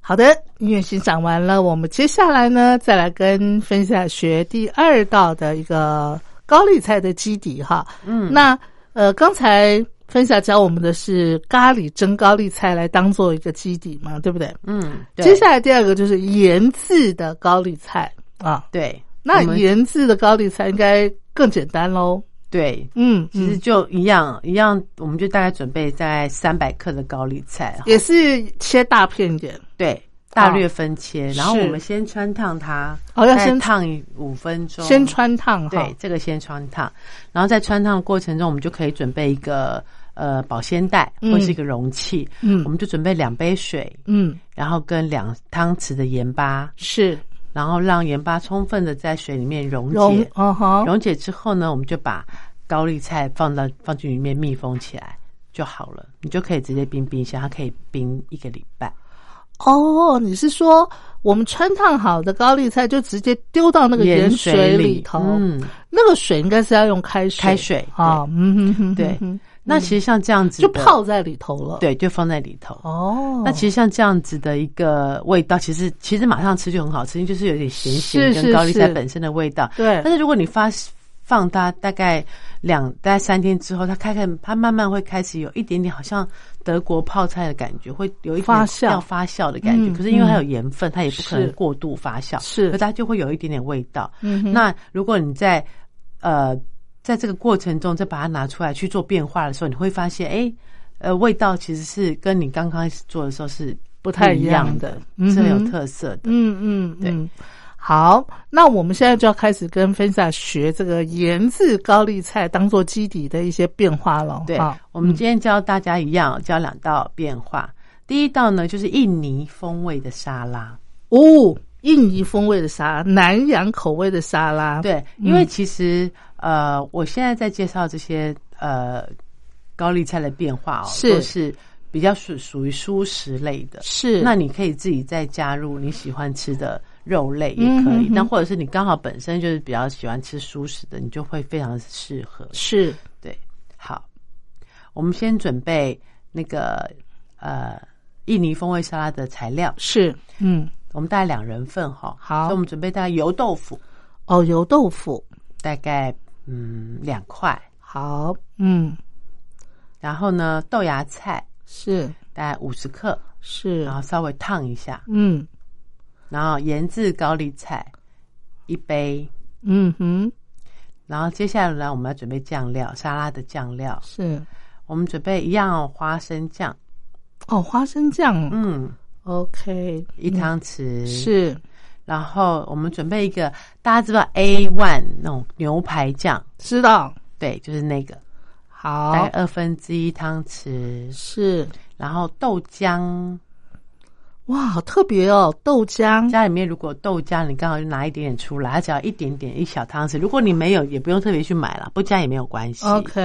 Speaker 2: 好的，音乐欣赏完了，我们接下来呢，再来跟分享学第二道的一个高丽菜的基底哈。嗯，那呃，刚才分享教我们的是咖喱蒸高丽菜来当做一个基底嘛，对不对？
Speaker 5: 嗯，对
Speaker 2: 接下来第二个就是盐渍的高丽菜啊，
Speaker 5: 对，
Speaker 2: 那
Speaker 5: 我们
Speaker 2: 盐渍的高丽菜应该更简单喽。
Speaker 5: 对
Speaker 2: 嗯，
Speaker 5: 其实
Speaker 2: 嗯
Speaker 5: 就一样一样，我们就大概准备大概三百克的高丽菜，啊
Speaker 2: 也是切大片一点。
Speaker 5: 对，大略分切，然后
Speaker 2: 是
Speaker 5: 我们先穿烫它，
Speaker 2: 哦要
Speaker 5: 再
Speaker 2: 先
Speaker 5: 烫五分钟，
Speaker 2: 先穿烫哈
Speaker 5: 对，，这个先穿烫，然后在穿烫的过程中，我们就可以准备一个呃保鲜袋
Speaker 2: 嗯
Speaker 5: 或是一个容器，
Speaker 2: 嗯
Speaker 5: 我们就准备两杯水，
Speaker 2: 嗯，
Speaker 5: 然后跟两汤匙的盐巴，
Speaker 2: 是
Speaker 5: 然后让盐巴充分的在水里面溶
Speaker 2: 溶
Speaker 5: 解，，
Speaker 2: 嗯哼，
Speaker 5: 溶解之后呢，我们就把高丽菜放到放进里面密封起来就好了，你就可以直接冰冰箱，它可以冰一个礼拜。
Speaker 2: 哦，你是说我们穿烫好的高丽菜就直接丢到那个盐水里
Speaker 5: 里
Speaker 2: 头？
Speaker 5: 嗯，
Speaker 2: 那个水应该是要用开水，
Speaker 5: 开水
Speaker 2: 啊，嗯哼哼，
Speaker 5: 对
Speaker 2: 哼哼
Speaker 5: 那其实像这样子
Speaker 2: 就
Speaker 5: 的
Speaker 2: 泡，在里头了。，
Speaker 5: 对，就放在里头。
Speaker 2: 哦，
Speaker 5: 那其实像这样子的一个味道，其实其实马上吃就很好吃，因为就是有点咸咸
Speaker 2: 是
Speaker 5: 跟高丽菜
Speaker 2: 是
Speaker 5: 本身的味道。
Speaker 2: 对
Speaker 5: 但是如果你发放它大概两大概三天之后，它开开它慢慢会开始有一点点好像德国泡菜的感觉，会有一点
Speaker 2: 发酵
Speaker 5: 要发酵的感觉。
Speaker 2: 嗯
Speaker 5: 可是因为它有盐分，它也不可能
Speaker 2: 是
Speaker 5: 过度发酵，
Speaker 2: 是
Speaker 5: 所以它就会有一点点味道。
Speaker 2: 嗯哼
Speaker 5: 那如果你在呃在这个过程中再把它拿出来去做变化的时候，你会发现，哎、呃，味道其实是跟你刚开始做的时候是
Speaker 2: 不太
Speaker 5: 一
Speaker 2: 一样
Speaker 5: 样
Speaker 2: 的
Speaker 5: 的，
Speaker 2: 嗯哼
Speaker 5: 是很有特色的。
Speaker 2: 嗯嗯，
Speaker 5: 对
Speaker 2: 嗯。好，那我们现在就要开始跟分享学这个盐渍高丽菜当做基底的一些变化了。
Speaker 5: 对
Speaker 2: 啊，
Speaker 5: 我们今天教大家一样，教两道变化。第一道呢，就是印尼风味的沙拉。
Speaker 2: 哦，印尼风味的沙拉，南洋口味的沙拉，，
Speaker 5: 对，因为其实、呃，我现在在介绍这些呃高丽菜的变化哦，
Speaker 2: 是
Speaker 5: 都是比较属属于蔬食类的。
Speaker 2: 是
Speaker 5: 那你可以自己再加入你喜欢吃的肉类也
Speaker 2: 嗯
Speaker 5: 可以，
Speaker 2: 哼哼
Speaker 5: 那或者是你刚好本身就是比较喜欢吃素食的，你就会非常适合。
Speaker 2: 是
Speaker 5: 对，好，我们先准备那个呃印尼风味沙拉的材料，
Speaker 2: 是，嗯，
Speaker 5: 我们大概两人份哈，
Speaker 2: 好
Speaker 5: 所以我们准备大概油豆腐，
Speaker 2: 哦，油豆腐，
Speaker 5: 大概嗯两块，
Speaker 2: 好，嗯，
Speaker 5: 然后呢豆芽菜
Speaker 2: 是
Speaker 5: 大概五十克，
Speaker 2: 是啊
Speaker 5: 然，后稍微烫一下，
Speaker 2: 嗯
Speaker 5: 然后盐渍高丽菜一杯，
Speaker 2: 嗯哼，
Speaker 5: 然后接下来我们要准备酱料，沙拉的酱料，
Speaker 2: 是
Speaker 5: 我们准备一样哦花生酱，
Speaker 2: 哦，花生酱、
Speaker 5: 嗯，
Speaker 2: o k
Speaker 5: 一汤匙、，
Speaker 2: 嗯是
Speaker 5: 然后我们准备一个大家知道 A one 那种牛排酱，
Speaker 2: 知道，
Speaker 5: 对，就是那个，大概
Speaker 2: 好
Speaker 5: 二分之一汤匙，
Speaker 2: 是
Speaker 5: 然后豆浆，
Speaker 2: 哇，好特别哦，豆浆
Speaker 5: 家里面如果豆浆你刚好就拿一点点出来，它只要一点点一小汤匙，如果你没有也不用特别去买了，不加也没有关系。
Speaker 2: ，OK，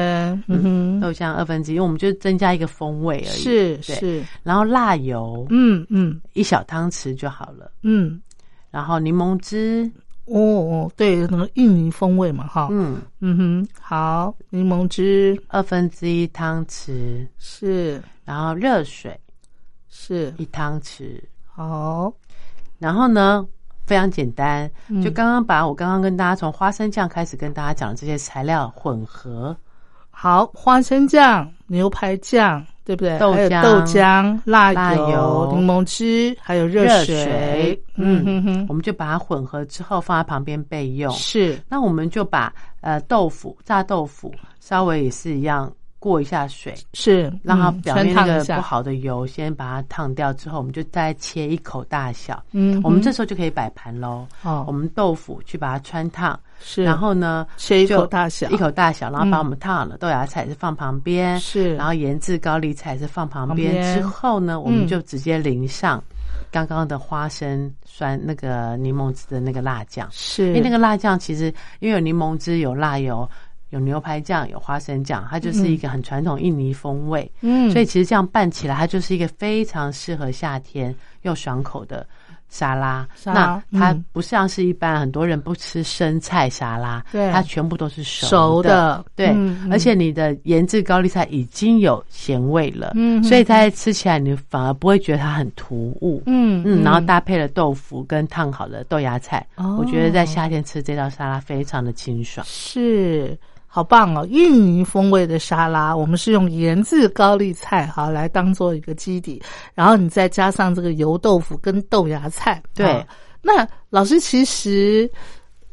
Speaker 2: 嗯哼，
Speaker 5: 豆浆二分之一，因为我们就增加一个风味而已。
Speaker 2: 是
Speaker 5: 对，
Speaker 2: 是，
Speaker 5: 然后辣油，
Speaker 2: 嗯嗯
Speaker 5: 一小汤匙就好了。
Speaker 2: 嗯，
Speaker 5: 然后柠檬汁，
Speaker 2: 哦哦，对，那个印尼风味嘛，哈，
Speaker 5: 嗯，
Speaker 2: 嗯哼，好，柠檬汁
Speaker 5: 二分之一汤匙，
Speaker 2: 是
Speaker 5: 然后热水
Speaker 2: 是
Speaker 5: 一汤匙。
Speaker 2: 好，
Speaker 5: 然后呢，非常简单，
Speaker 2: 嗯
Speaker 5: 就刚刚把我刚刚跟大家从花生酱开始跟大家讲的这些材料混合，
Speaker 2: 好，花生酱、牛排酱，对不对？
Speaker 5: 豆
Speaker 2: 还有
Speaker 5: 浆
Speaker 2: 豆浆、辣油、
Speaker 5: 辣油
Speaker 2: 柠檬汁，还有热
Speaker 5: 热
Speaker 2: 水。
Speaker 5: 水
Speaker 2: 嗯
Speaker 5: 嗯
Speaker 2: 哼
Speaker 5: 我
Speaker 2: 哼，
Speaker 5: 们就把它混合之后放在旁边备用。
Speaker 2: 是
Speaker 5: 那我们就把呃豆腐炸豆腐稍微也是一样过一下水，
Speaker 2: 是，
Speaker 5: 让它
Speaker 2: 嗯
Speaker 5: 表面
Speaker 2: 穿
Speaker 5: 那
Speaker 2: 烫一
Speaker 5: 个
Speaker 2: 下
Speaker 5: 不好的油先把它烫掉之后，我们就再切一口大小。
Speaker 2: 嗯哼，
Speaker 5: 我们这时候就可以摆盘喽。
Speaker 2: 哦
Speaker 5: 我们豆腐去把它穿烫，
Speaker 2: 是，
Speaker 5: 然后呢，
Speaker 2: 切一口
Speaker 5: 就
Speaker 2: 大小
Speaker 5: 一口大小，然后把
Speaker 2: 嗯
Speaker 5: 我们烫好的豆芽菜也是放旁边，
Speaker 2: 是
Speaker 5: 然后盐渍高丽菜也是放旁
Speaker 2: 旁边
Speaker 5: 边。之后呢，我们
Speaker 2: 嗯
Speaker 5: 就直接淋上刚刚的花生酸那个柠檬汁的那个辣酱，
Speaker 2: 是
Speaker 5: 因为那个辣酱其实因为有柠檬汁、有辣油、有牛排酱、有花生酱，它就是一个很传统印尼风味。
Speaker 2: 嗯，
Speaker 5: 所以其实这样拌起来，它就是一个非常适合夏天又爽口的沙拉。
Speaker 2: 沙
Speaker 5: 那
Speaker 2: 拉
Speaker 5: 它
Speaker 2: 嗯
Speaker 5: 不像是一般很多人不吃生菜沙拉，
Speaker 2: 对
Speaker 5: 它全部都是熟
Speaker 2: 熟的
Speaker 5: 对，
Speaker 2: 嗯嗯
Speaker 5: 而且你的盐渍高丽菜已经有咸味了，
Speaker 2: 嗯
Speaker 5: 所以它吃起来你反而不会觉得它很突兀。
Speaker 2: 嗯
Speaker 5: 嗯，然后搭配了豆腐跟烫好的豆芽菜，
Speaker 2: 哦
Speaker 5: 我觉得在夏天吃这道沙拉非常的清爽。
Speaker 2: 是好棒哦，芋泥风味的沙拉，我们是用盐渍高丽菜哈来当做一个基底，然后你再加上这个油豆腐跟豆芽菜。
Speaker 5: 对
Speaker 2: 啊那老师其实，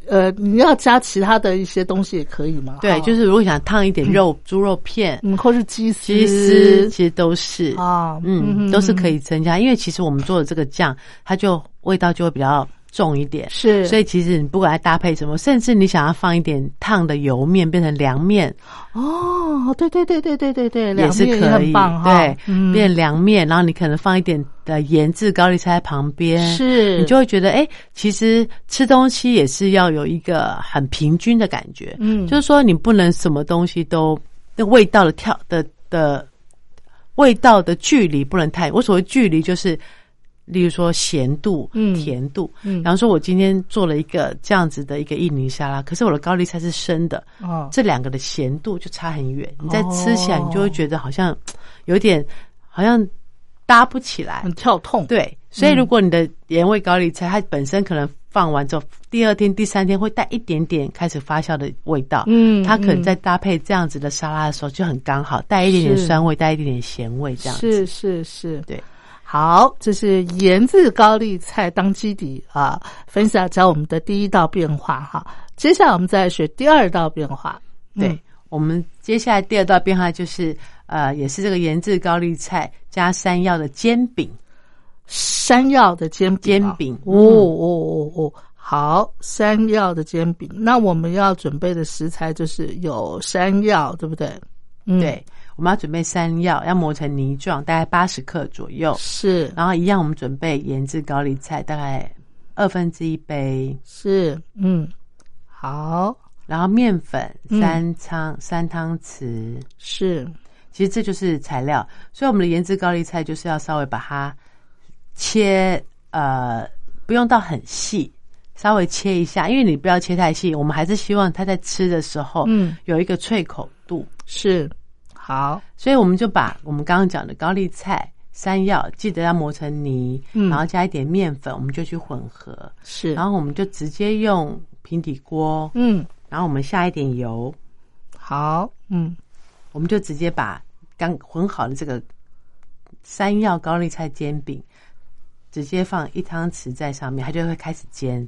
Speaker 2: 呃，你要加其他的一些东西也可以嘛？
Speaker 5: 对，
Speaker 2: 哈
Speaker 5: 就是如果想烫一点肉，猪肉片、
Speaker 2: 嗯，或是鸡丝，
Speaker 5: 鸡丝，其实都是
Speaker 2: 啊，
Speaker 5: 嗯，都是可
Speaker 2: 以，
Speaker 5: 以增加，因为其实我们做的这个酱，它就味道就会比较重一点，
Speaker 2: 是，
Speaker 5: 所以其实你不管它搭配什么，甚至你想要放一点烫的油面变成凉面，
Speaker 2: 哦，对对对对对对对，
Speaker 5: 也
Speaker 2: 两
Speaker 5: 是
Speaker 2: 面也
Speaker 5: 可
Speaker 2: 很
Speaker 5: 以，
Speaker 2: 棒哈，
Speaker 5: 对，
Speaker 2: 嗯
Speaker 5: 变凉面，然后你可能放一点的盐渍高丽菜在旁边，
Speaker 2: 是，
Speaker 5: 你就会觉得，哎、其实吃东西也是要有一个很平均的感觉，
Speaker 2: 嗯
Speaker 5: 就是说你不能什么东西都那味道的跳的的味道的距离不能太，我所谓距离就是，例如说咸度、
Speaker 2: 嗯
Speaker 5: 甜度，
Speaker 2: 嗯
Speaker 5: 然后说我今天做了一个这样子的一个印尼沙拉，可是我的高丽菜是生的，
Speaker 2: 哦
Speaker 5: 这两个的咸度就差很远，你在
Speaker 2: 哦
Speaker 5: 吃起来你就会觉得好像有点好像搭不起来，
Speaker 2: 很跳痛，
Speaker 5: 对，所
Speaker 2: 嗯
Speaker 5: 以如果你的盐味高丽菜，它本身可能放完之后，第二天、第三天会带一点点开始发酵的味道。
Speaker 2: 嗯
Speaker 5: 它可能
Speaker 2: 嗯
Speaker 5: 在搭配这样子的沙拉的时候就很刚好，带一点点
Speaker 2: 是
Speaker 5: 酸味，带一点点咸味，这样子。
Speaker 2: 是是是，
Speaker 5: 对。
Speaker 2: 好，这是盐渍高丽菜当基底啊，分享教我们的第一道变化哈。接下来我们再学第二道变化。嗯
Speaker 5: 对，我们接下来第二道变化就是，呃，也是这个盐渍高丽菜加山药的煎饼。
Speaker 2: 山药的煎饼啊、
Speaker 5: 煎饼
Speaker 2: 哦哦哦哦，好，山药的煎饼。那我们要准备的食材就是有山药，对不对？嗯，
Speaker 5: 对，我们要准备山药，要磨成泥状，大概八十克左右。
Speaker 2: 是
Speaker 5: 然后一样，我们准备盐渍高丽菜，大概二分之一杯。
Speaker 2: 是，嗯，好
Speaker 5: 然后面粉
Speaker 2: 嗯
Speaker 5: 三汤、三汤匙，
Speaker 2: 是，
Speaker 5: 其实这就是材料。所以我们的盐渍高丽菜就是要稍微把它切，呃，不用到很细，稍微切一下，因为你不要切太细，我们还是希望它在吃的时候，
Speaker 2: 嗯，
Speaker 5: 有一个脆口度。
Speaker 2: 是，好，
Speaker 5: 所以我们就把我们刚刚讲的高丽菜、山药，记得要磨成泥，
Speaker 2: 嗯
Speaker 5: 然后加一点面粉，我们就去混合，
Speaker 2: 是，
Speaker 5: 然后我们就直接用平底锅，
Speaker 2: 嗯，
Speaker 5: 然后我们下一点油。
Speaker 2: 好，嗯，
Speaker 5: 我们就直接把刚混好的这个山药高丽菜煎饼，直接放一汤匙在上面，它就会开始煎。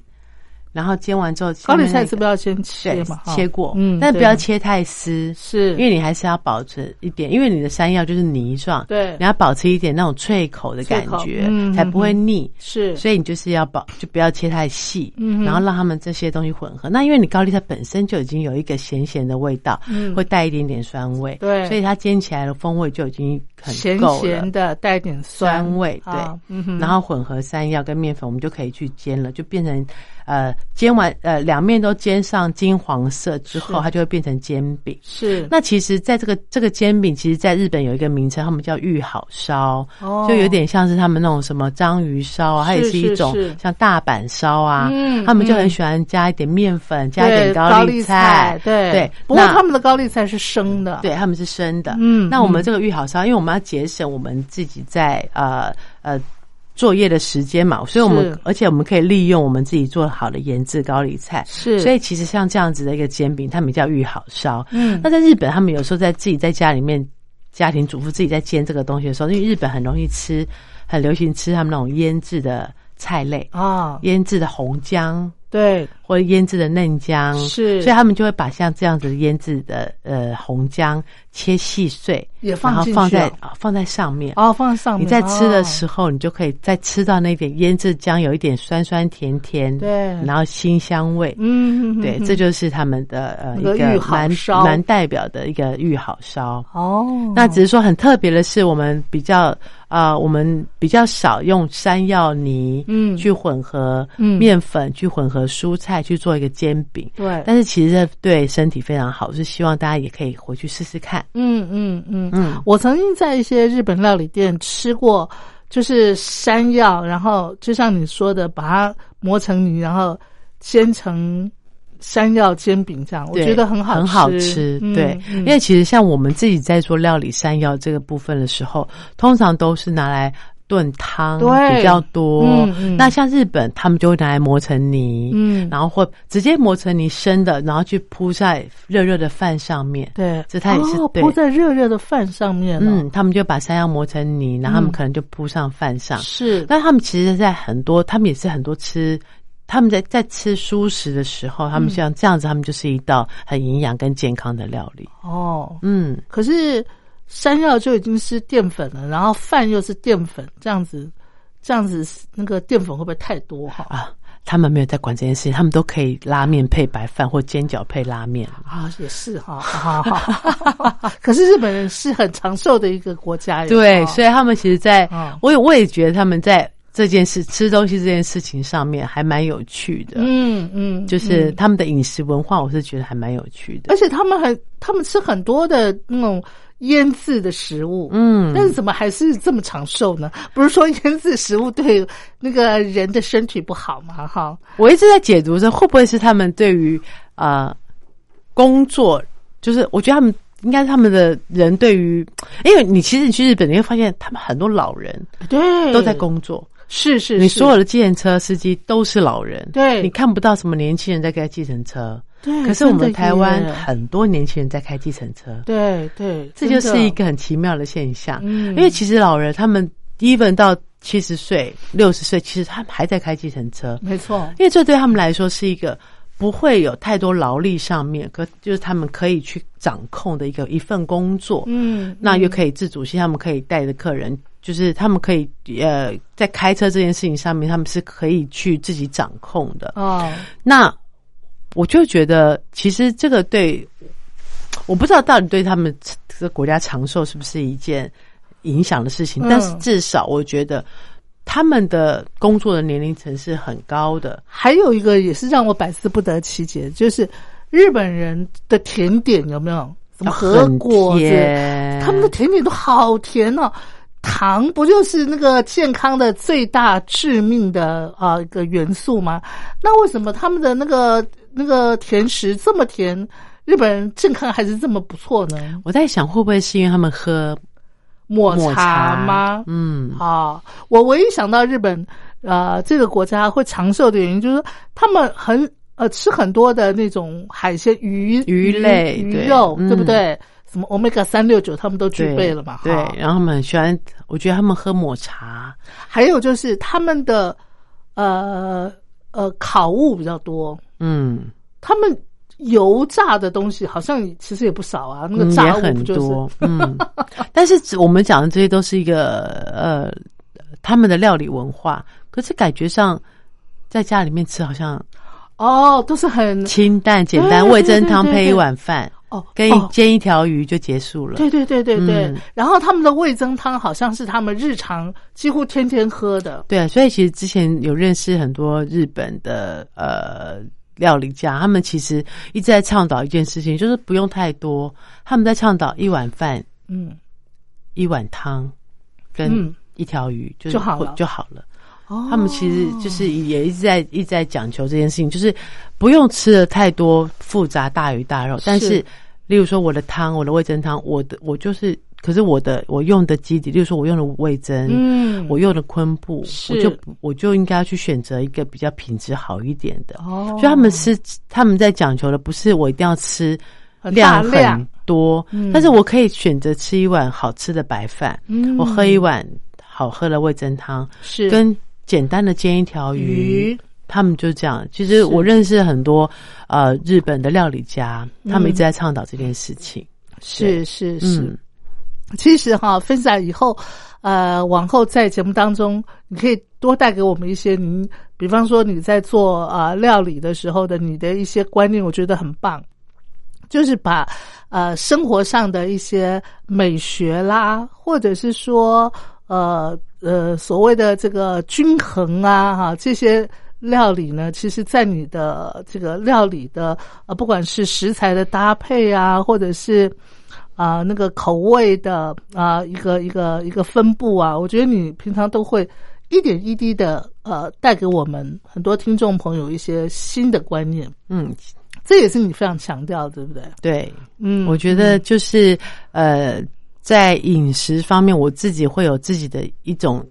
Speaker 5: 然后煎完之后，
Speaker 2: 高丽
Speaker 5: 下面那
Speaker 2: 菜
Speaker 5: 个
Speaker 2: 是不是要先切嘛？
Speaker 5: 对
Speaker 2: 哈
Speaker 5: 切过，
Speaker 2: 嗯，
Speaker 5: 但
Speaker 2: 对
Speaker 5: 不要切太丝，
Speaker 2: 是，
Speaker 5: 因为你还是要保持一点，因为你的山药就是泥状，
Speaker 2: 对
Speaker 5: 你要保持一点那种脆口的感
Speaker 2: 脆口
Speaker 5: 觉，
Speaker 2: 嗯
Speaker 5: 才不会腻。
Speaker 2: 是，
Speaker 5: 所以你就是要保，就不要切太细，
Speaker 2: 嗯哼
Speaker 5: 然后让他们这些东西混合。那因为你高丽菜本身就已经有一个咸咸的味道，
Speaker 2: 嗯
Speaker 5: 会带一点点酸味，
Speaker 2: 对
Speaker 5: 所以它煎起来的风味就已经很
Speaker 2: 咸
Speaker 5: 够了，
Speaker 2: 咸的带点酸
Speaker 5: 酸味对
Speaker 2: 啊嗯哼，
Speaker 5: 然后混合山药跟面粉，我们就可以去煎了，就变成呃煎完呃两面都煎上金黄色之后，
Speaker 2: 是
Speaker 5: 它就会变成煎饼。
Speaker 2: 是
Speaker 5: 那其实，在这个这个煎饼，其实在日本有一个名称，他们叫玉好烧，
Speaker 2: 哦
Speaker 5: 就有点像是他们那种什么章鱼烧啊，它也
Speaker 2: 是
Speaker 5: 是一种
Speaker 2: 是是
Speaker 5: 像大阪烧啊，
Speaker 2: 嗯
Speaker 5: 他们就很
Speaker 2: 嗯
Speaker 5: 喜欢加一点面粉，加一
Speaker 2: 对
Speaker 5: 点
Speaker 2: 高
Speaker 5: 丽
Speaker 2: 丽菜，对
Speaker 5: 对。
Speaker 2: 不过
Speaker 5: 那
Speaker 2: 他们的高丽菜是生的，，
Speaker 5: 对，他们是生的。
Speaker 2: 嗯
Speaker 5: 那我们这个玉好烧，因为我们要节省我们自己在呃呃作业的时间嘛，所以我们
Speaker 2: 是
Speaker 5: 而且我们可以利用我们自己做好的腌制高丽菜。
Speaker 2: 是，
Speaker 5: 所以其实像这样子的一个煎饼，他们叫玉好烧。
Speaker 2: 嗯
Speaker 5: 那在日本，他们有时候在自己在家里面，家庭主妇自己在煎这个东西的时候，因为日本很容易吃，很流行吃他们那种腌制的菜类，
Speaker 2: 啊，
Speaker 5: 腌制的红姜。
Speaker 2: 对，
Speaker 5: 或者腌制的嫩姜，
Speaker 2: 是
Speaker 5: 所以他们就会把像这样子腌制的呃红姜切细碎，
Speaker 2: 也放
Speaker 5: 然后
Speaker 2: 进
Speaker 5: 放
Speaker 2: 去
Speaker 5: 在
Speaker 2: 哦
Speaker 5: 啊放在上面。
Speaker 2: 哦，放上面，
Speaker 5: 你在吃的
Speaker 2: 哦
Speaker 5: 时候，你就可以在吃到那点腌制姜有一点酸酸甜甜，
Speaker 2: 对
Speaker 5: 然后辛香味，
Speaker 2: 嗯，嗯
Speaker 5: 对，
Speaker 2: 嗯
Speaker 5: 这就是他们的呃
Speaker 2: 那
Speaker 5: 一
Speaker 2: 个玉
Speaker 5: 个
Speaker 2: 好
Speaker 5: 蛮
Speaker 2: 烧
Speaker 5: 蛮代表的一个玉好烧。
Speaker 2: 哦，
Speaker 5: 那只是说很特别的是，我们比较呃，我们比较少用山药泥
Speaker 2: 嗯
Speaker 5: 去混合
Speaker 2: 嗯
Speaker 5: 面粉，去混合蔬菜去做一个煎饼。
Speaker 2: 对，
Speaker 5: 但是其实这对身体非常好，是希望大家也可以回去试试看。
Speaker 2: 嗯嗯嗯
Speaker 5: 嗯，
Speaker 2: 我曾经在一些日本料理店吃过，就是山药，然后就像你说的，把它磨成泥，然后煎成山药煎饼这样，我
Speaker 5: 对
Speaker 2: 觉得很好
Speaker 5: 很好吃，
Speaker 2: 嗯
Speaker 5: 对，
Speaker 2: 嗯
Speaker 5: 因为其实像我们自己在做料理山药这个部分的时候，通常都是拿来炖汤
Speaker 2: 对
Speaker 5: 比较多。
Speaker 2: 嗯嗯
Speaker 5: 那像日本，他们就会拿来磨成泥，
Speaker 2: 嗯
Speaker 5: 然后或直接磨成泥生的，然后去铺在热热的饭上面。
Speaker 2: 对，
Speaker 5: 这它也是
Speaker 2: 哦
Speaker 5: 对
Speaker 2: 铺在热热的饭上面、哦，
Speaker 5: 嗯，他们就把山药磨成泥，然后他们可能就铺上饭上。
Speaker 2: 嗯是，
Speaker 5: 但他们其实，在很多，他们也是很多吃，他们在在吃素食的时候，他
Speaker 2: 嗯
Speaker 5: 们像这样子，他们就是一道很营养跟健康的料理。
Speaker 2: 哦，
Speaker 5: 嗯，
Speaker 2: 可是山药就已经是淀粉了，然后饭又是淀粉，这样子，这样子那个淀粉会不会太多哈？
Speaker 5: 啊，他们没有在管这件事情，他们都可以拉面配白饭或煎饺配拉面。
Speaker 2: 啊，也是哈，好好 好。可是日本人是很长寿的一个国家耶，
Speaker 5: 对，
Speaker 2: 哦
Speaker 5: 所以他们其实在，
Speaker 2: 哦
Speaker 5: 我也我也觉得他们在这件事吃东西这件事情上面还蛮有趣的，
Speaker 2: 嗯嗯，
Speaker 5: 就是
Speaker 2: 嗯
Speaker 5: 他们的饮食文化，我是觉得还蛮有趣的
Speaker 2: 而。且他们很，他们吃很多的那种腌制的食物，
Speaker 5: 嗯
Speaker 2: 但是怎么还是这么长寿呢？不是说腌制食物对那个人的身体不好吗？哈，
Speaker 5: 我一直在解读着，会不会是他们对于呃工作，就是我觉得他们应该是他们的人对于，因为你其实你去日本，你会发现他们很多老人
Speaker 2: 对，
Speaker 5: 都在，工作。
Speaker 2: 是是，
Speaker 5: 你
Speaker 2: 是
Speaker 5: 所有的计程车司机都是老人，
Speaker 2: 对
Speaker 5: 你看不到什么年轻人在开计程车。
Speaker 2: 对，
Speaker 5: 可是我们台湾
Speaker 2: 真的耶
Speaker 5: 很多年轻人在开计程车，
Speaker 2: 对对，
Speaker 5: 这就
Speaker 2: 真
Speaker 5: 是
Speaker 2: 的
Speaker 5: 一个很奇妙的现象。
Speaker 2: 嗯
Speaker 5: 因为其实老人他们 even 到七十岁、六十岁，其实他们还在开计程车，
Speaker 2: 没 错，
Speaker 5: 因为这对他们来说是一个不会有太多劳力上面，可就是他们可以去掌控的一个一份工作。
Speaker 2: 嗯，
Speaker 5: 那又可以自主性，他们可以带着客人，就是他们可以呃，在开车这件事情上面，他们是可以去自己掌控的。
Speaker 2: 哦，
Speaker 5: 那我就觉得，其实这个对，我不知道到底对他们这个国家长寿是不是一件影响的事情，
Speaker 2: 嗯
Speaker 5: 但是至少我觉得。他们的工作的年龄层是很高的，
Speaker 2: 还有一个也是让我百思不得其解，就是日本人的甜点有没有？什么和果
Speaker 5: 啊
Speaker 2: 子，
Speaker 5: 很甜
Speaker 2: 他们的甜点都好甜哦。糖不就是那个健康的最大致命的啊、一个元素吗？那为什么他们的那个那个甜食这么甜，日本人健康还是这么不错呢？
Speaker 5: 我在想会不会是因为他们喝
Speaker 2: 抹
Speaker 5: 抹
Speaker 2: 茶吗？
Speaker 5: 嗯，
Speaker 2: 啊，我唯一想到日本，呃，这个国家会长寿的原因，就是说他们很呃吃很多的那种海鲜、鱼、
Speaker 5: 鱼类
Speaker 2: 鱼
Speaker 5: 对
Speaker 2: 肉，对不
Speaker 5: 嗯
Speaker 2: 对？什么 omega 三六九，他们都具
Speaker 5: 对
Speaker 2: 备了嘛？
Speaker 5: 对
Speaker 2: 哈，
Speaker 5: 然后他们很喜欢，我觉得他们喝抹茶，
Speaker 2: 还有就是他们的呃呃烤物比较多，
Speaker 5: 嗯，
Speaker 2: 他们油炸的东西好像其实也不少啊，那个
Speaker 5: 嗯也
Speaker 2: 炸物不
Speaker 5: 很
Speaker 2: 就是、
Speaker 5: 多，嗯， 但是只我们讲的这些都是一个呃他们的料理文化，可是感觉上在家里面吃好像
Speaker 2: 哦，都是很
Speaker 5: 清淡简单，
Speaker 2: 对
Speaker 5: 味噌汤
Speaker 2: 对对
Speaker 5: 配一
Speaker 2: 对
Speaker 5: 碗饭，
Speaker 2: 哦
Speaker 5: 跟
Speaker 2: 哦
Speaker 5: 一煎一条鱼就结束了。
Speaker 2: 对对对对对，
Speaker 5: 嗯
Speaker 2: 然后他们的味增汤好像是他们日常几乎天天喝的。
Speaker 5: 对，啊所以其实之前有认识很多日本的呃料理家，他们其实一直在倡导一件事情，就是不用太多，他们在倡导一碗饭、
Speaker 2: 嗯，
Speaker 5: 一碗汤跟
Speaker 2: 嗯
Speaker 5: 一条鱼、就
Speaker 2: 就是好
Speaker 5: 会
Speaker 2: 了
Speaker 5: 就好了。
Speaker 2: 哦
Speaker 5: 他们其实就是也一直在一直在讲求这件事情，就是不用吃的太多复杂大鱼大肉，但是
Speaker 2: 是
Speaker 5: 例如说我的汤，我的味噌汤，我的我就是，可是我的我用的基底，例如说我用的味噌，
Speaker 2: 嗯
Speaker 5: 我用的昆布，
Speaker 2: 是
Speaker 5: 我就不我就应该要去选择一个比较品质好一点的。
Speaker 2: 哦，
Speaker 5: 所以他们是他们在讲求的不是我一定要吃
Speaker 2: 很大
Speaker 5: 量
Speaker 2: 量
Speaker 5: 很多，
Speaker 2: 嗯
Speaker 5: 但是我可以选择吃一碗好吃的白饭，
Speaker 2: 嗯
Speaker 5: 我喝一碗好喝的味噌汤，
Speaker 2: 是
Speaker 5: 跟简单的煎一条鱼。
Speaker 2: 鱼
Speaker 5: 他们就这样，其实我认识很多呃日本的料理家，
Speaker 2: 嗯
Speaker 5: 他们一直在倡导这件事情。
Speaker 2: 是是是。
Speaker 5: 嗯，
Speaker 2: 其实哈，分享以后，呃，往后在节目当中，你可以多带给我们一些您，比方说你在做啊、呃料理的时候的你的一些观念，我觉得很棒。就是把呃生活上的一些美学啦，或者是说呃呃所谓的这个均衡啊哈、这些料理呢，其实在你的这个料理的呃不管是食材的搭配啊，或者是啊、那个口味的啊、一个一个一个分布啊，我觉得你平常都会一点一滴的呃带给我们很多听众朋友一些新的观念，
Speaker 5: 嗯，
Speaker 2: 这也是你非常强调的，对不对？
Speaker 5: 对，
Speaker 2: 嗯
Speaker 5: 我觉得就是呃，在饮食方面，我自己会有自己的一种，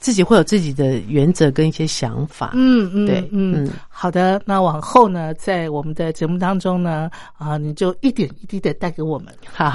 Speaker 5: 自己会有自己的原则跟一些想法。
Speaker 2: 嗯嗯，
Speaker 5: 对
Speaker 2: 嗯
Speaker 5: 嗯，
Speaker 2: 好的。那往后呢，在我们的节目当中呢，啊，你就一点一滴的带给我们。
Speaker 5: 好，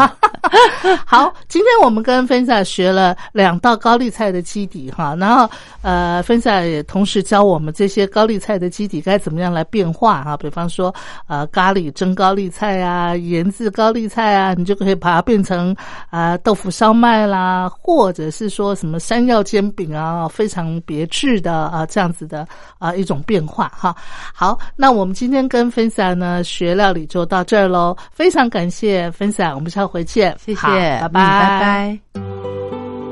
Speaker 2: 好，今天我们跟芬萨学了两道高丽菜的基底哈，然后呃，芬萨也同时教我们这些高丽菜的基底该怎么样来变化哈，比方说呃咖喱蒸高丽菜啊，盐渍高丽菜啊，你就可以把它变成啊、豆腐烧麦啦，或者是说什么山药煎饼啊，非常别致的啊这样子的啊一种变化哈。好，那我们今天跟芬萨呢学料理就到这儿喽，非常感谢芬萨，我们下回见。
Speaker 5: 谢谢，
Speaker 2: 好拜拜，
Speaker 5: 嗯拜拜。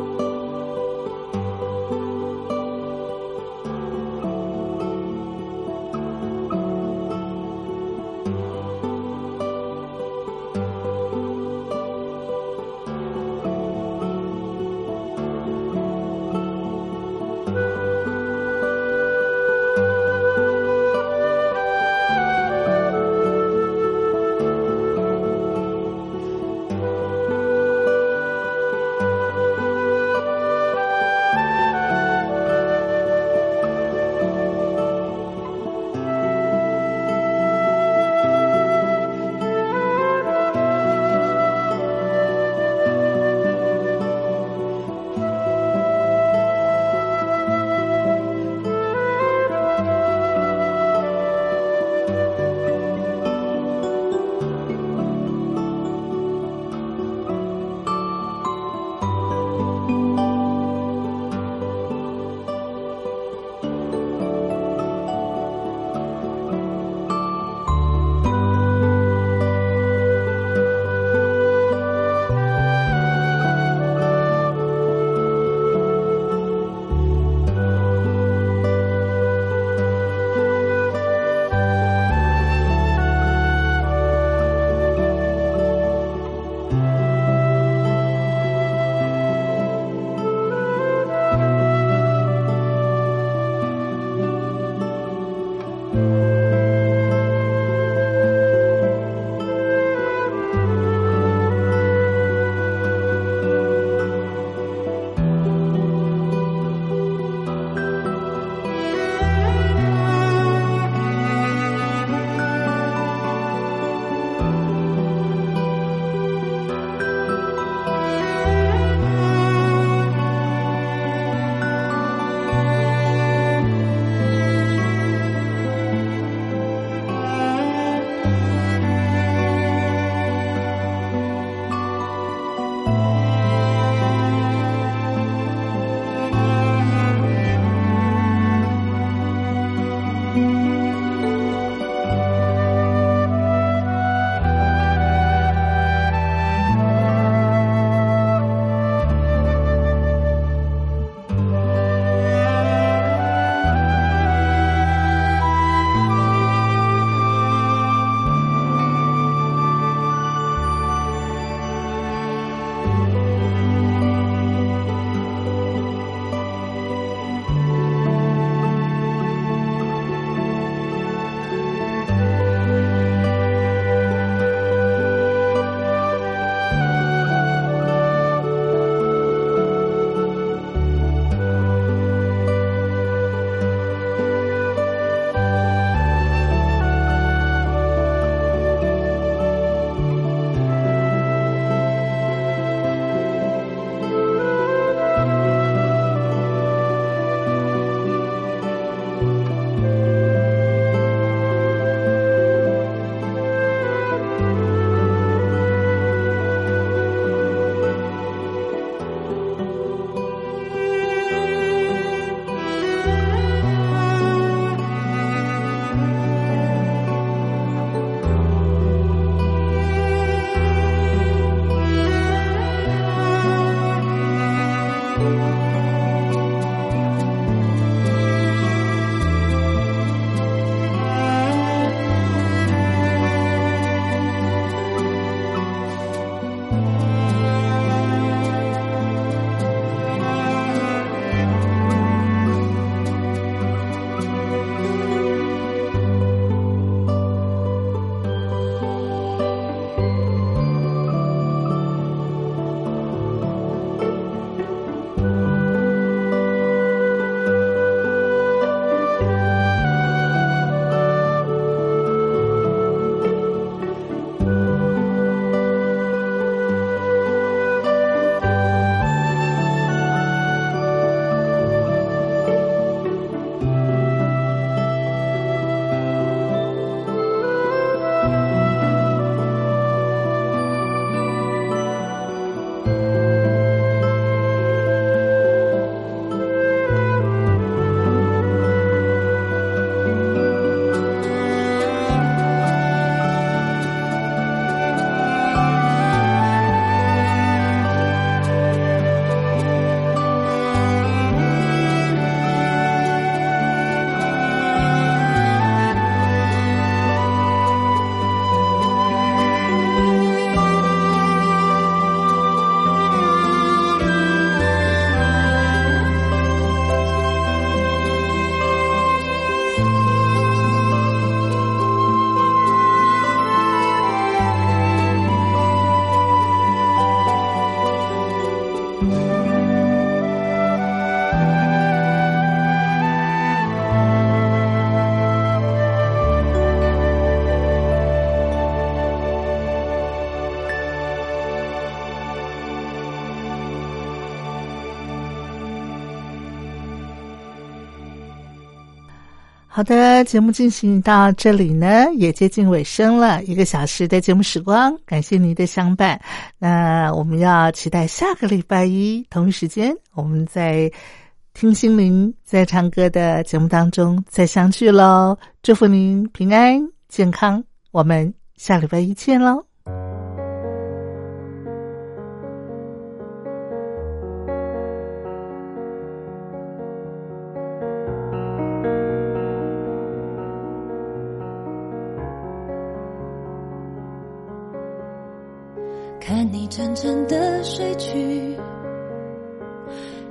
Speaker 1: 我
Speaker 2: 好的，节目进行到这里呢，也接近尾声了，一个小时的节目时光，感谢您的相伴。那我们要期待下个礼拜一同一时间，我们在听心灵在唱歌的节目当中再相聚喽。祝福您平安健康，我们下礼拜一见喽。
Speaker 1: 看你潺潺的睡去，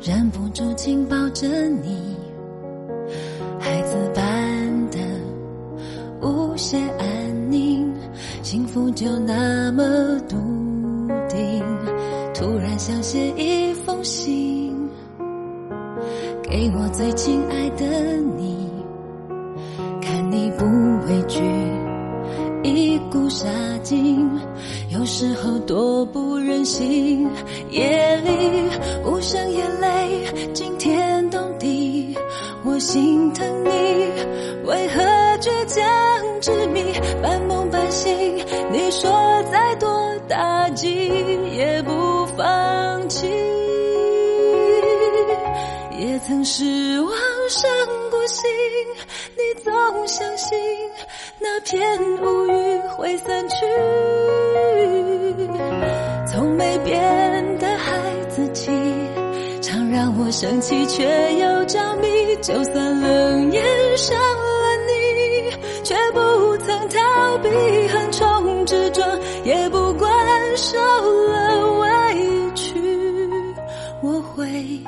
Speaker 1: 忍不住紧抱着你，孩子般的无邪安宁，幸福就那么笃定。突然想写一封信，给我最亲爱的你，看你不畏惧。一股杀劲，有时候多不忍心。夜里无声眼泪惊天动地，我心疼你，为何倔强执迷，半梦半醒？你说再多打击也不放弃。也曾失望伤过心，你总相信那片乌云会散去。从没变的孩子气，常让我生气却又着迷。就算冷眼伤了你，却不曾逃避，横冲直撞，也不管受了委屈，我会。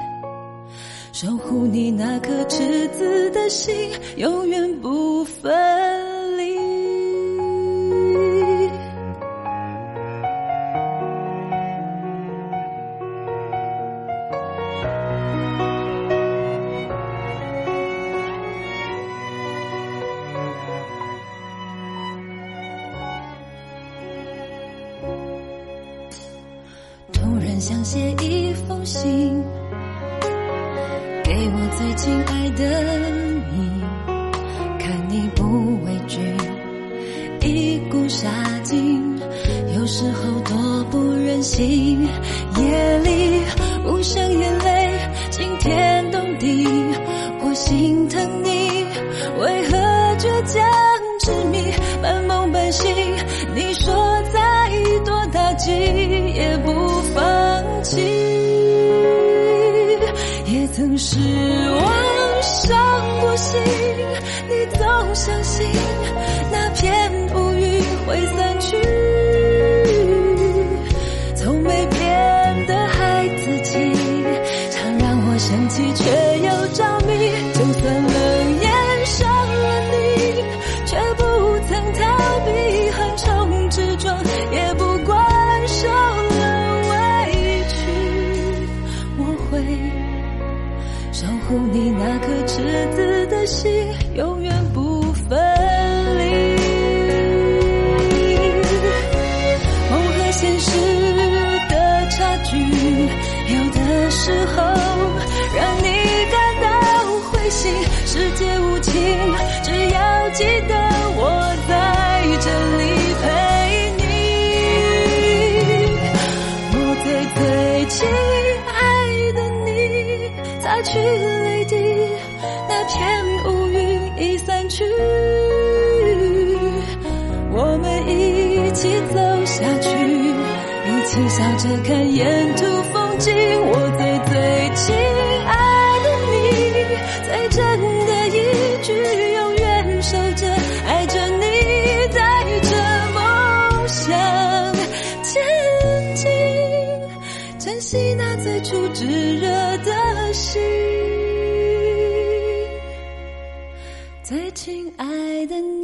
Speaker 1: 守护你那颗赤子的心，永远不分离。突然想写一封信。给我最亲爱的你，看你不畏惧，一股杀劲，有时候多不忍心。夜里无声眼泪惊天动地，我心疼你，为何倔强执迷，半梦半醒？你说再多打击也不放弃。也曾失望伤过心，你总相信那片乌云会散去。从没变的孩子气，常让我生气却又着迷。就算冷眼伤了你，却不曾逃避，横冲直撞，也不管受了委屈，我会。守护你那颗赤子的心，永远不分离。梦和现实的差距，有的时候让你感到灰心。世界无情，只要记得我在这里陪你。我最最亲爱的你，擦去泪滴，那片乌云已散去，我们一起走下去，一起笑着看沿途风景。我最最亲爱的你，最真的一句，永远守着，爱着你，带着梦想前进。珍惜那最初炙热的心。最亲爱的你。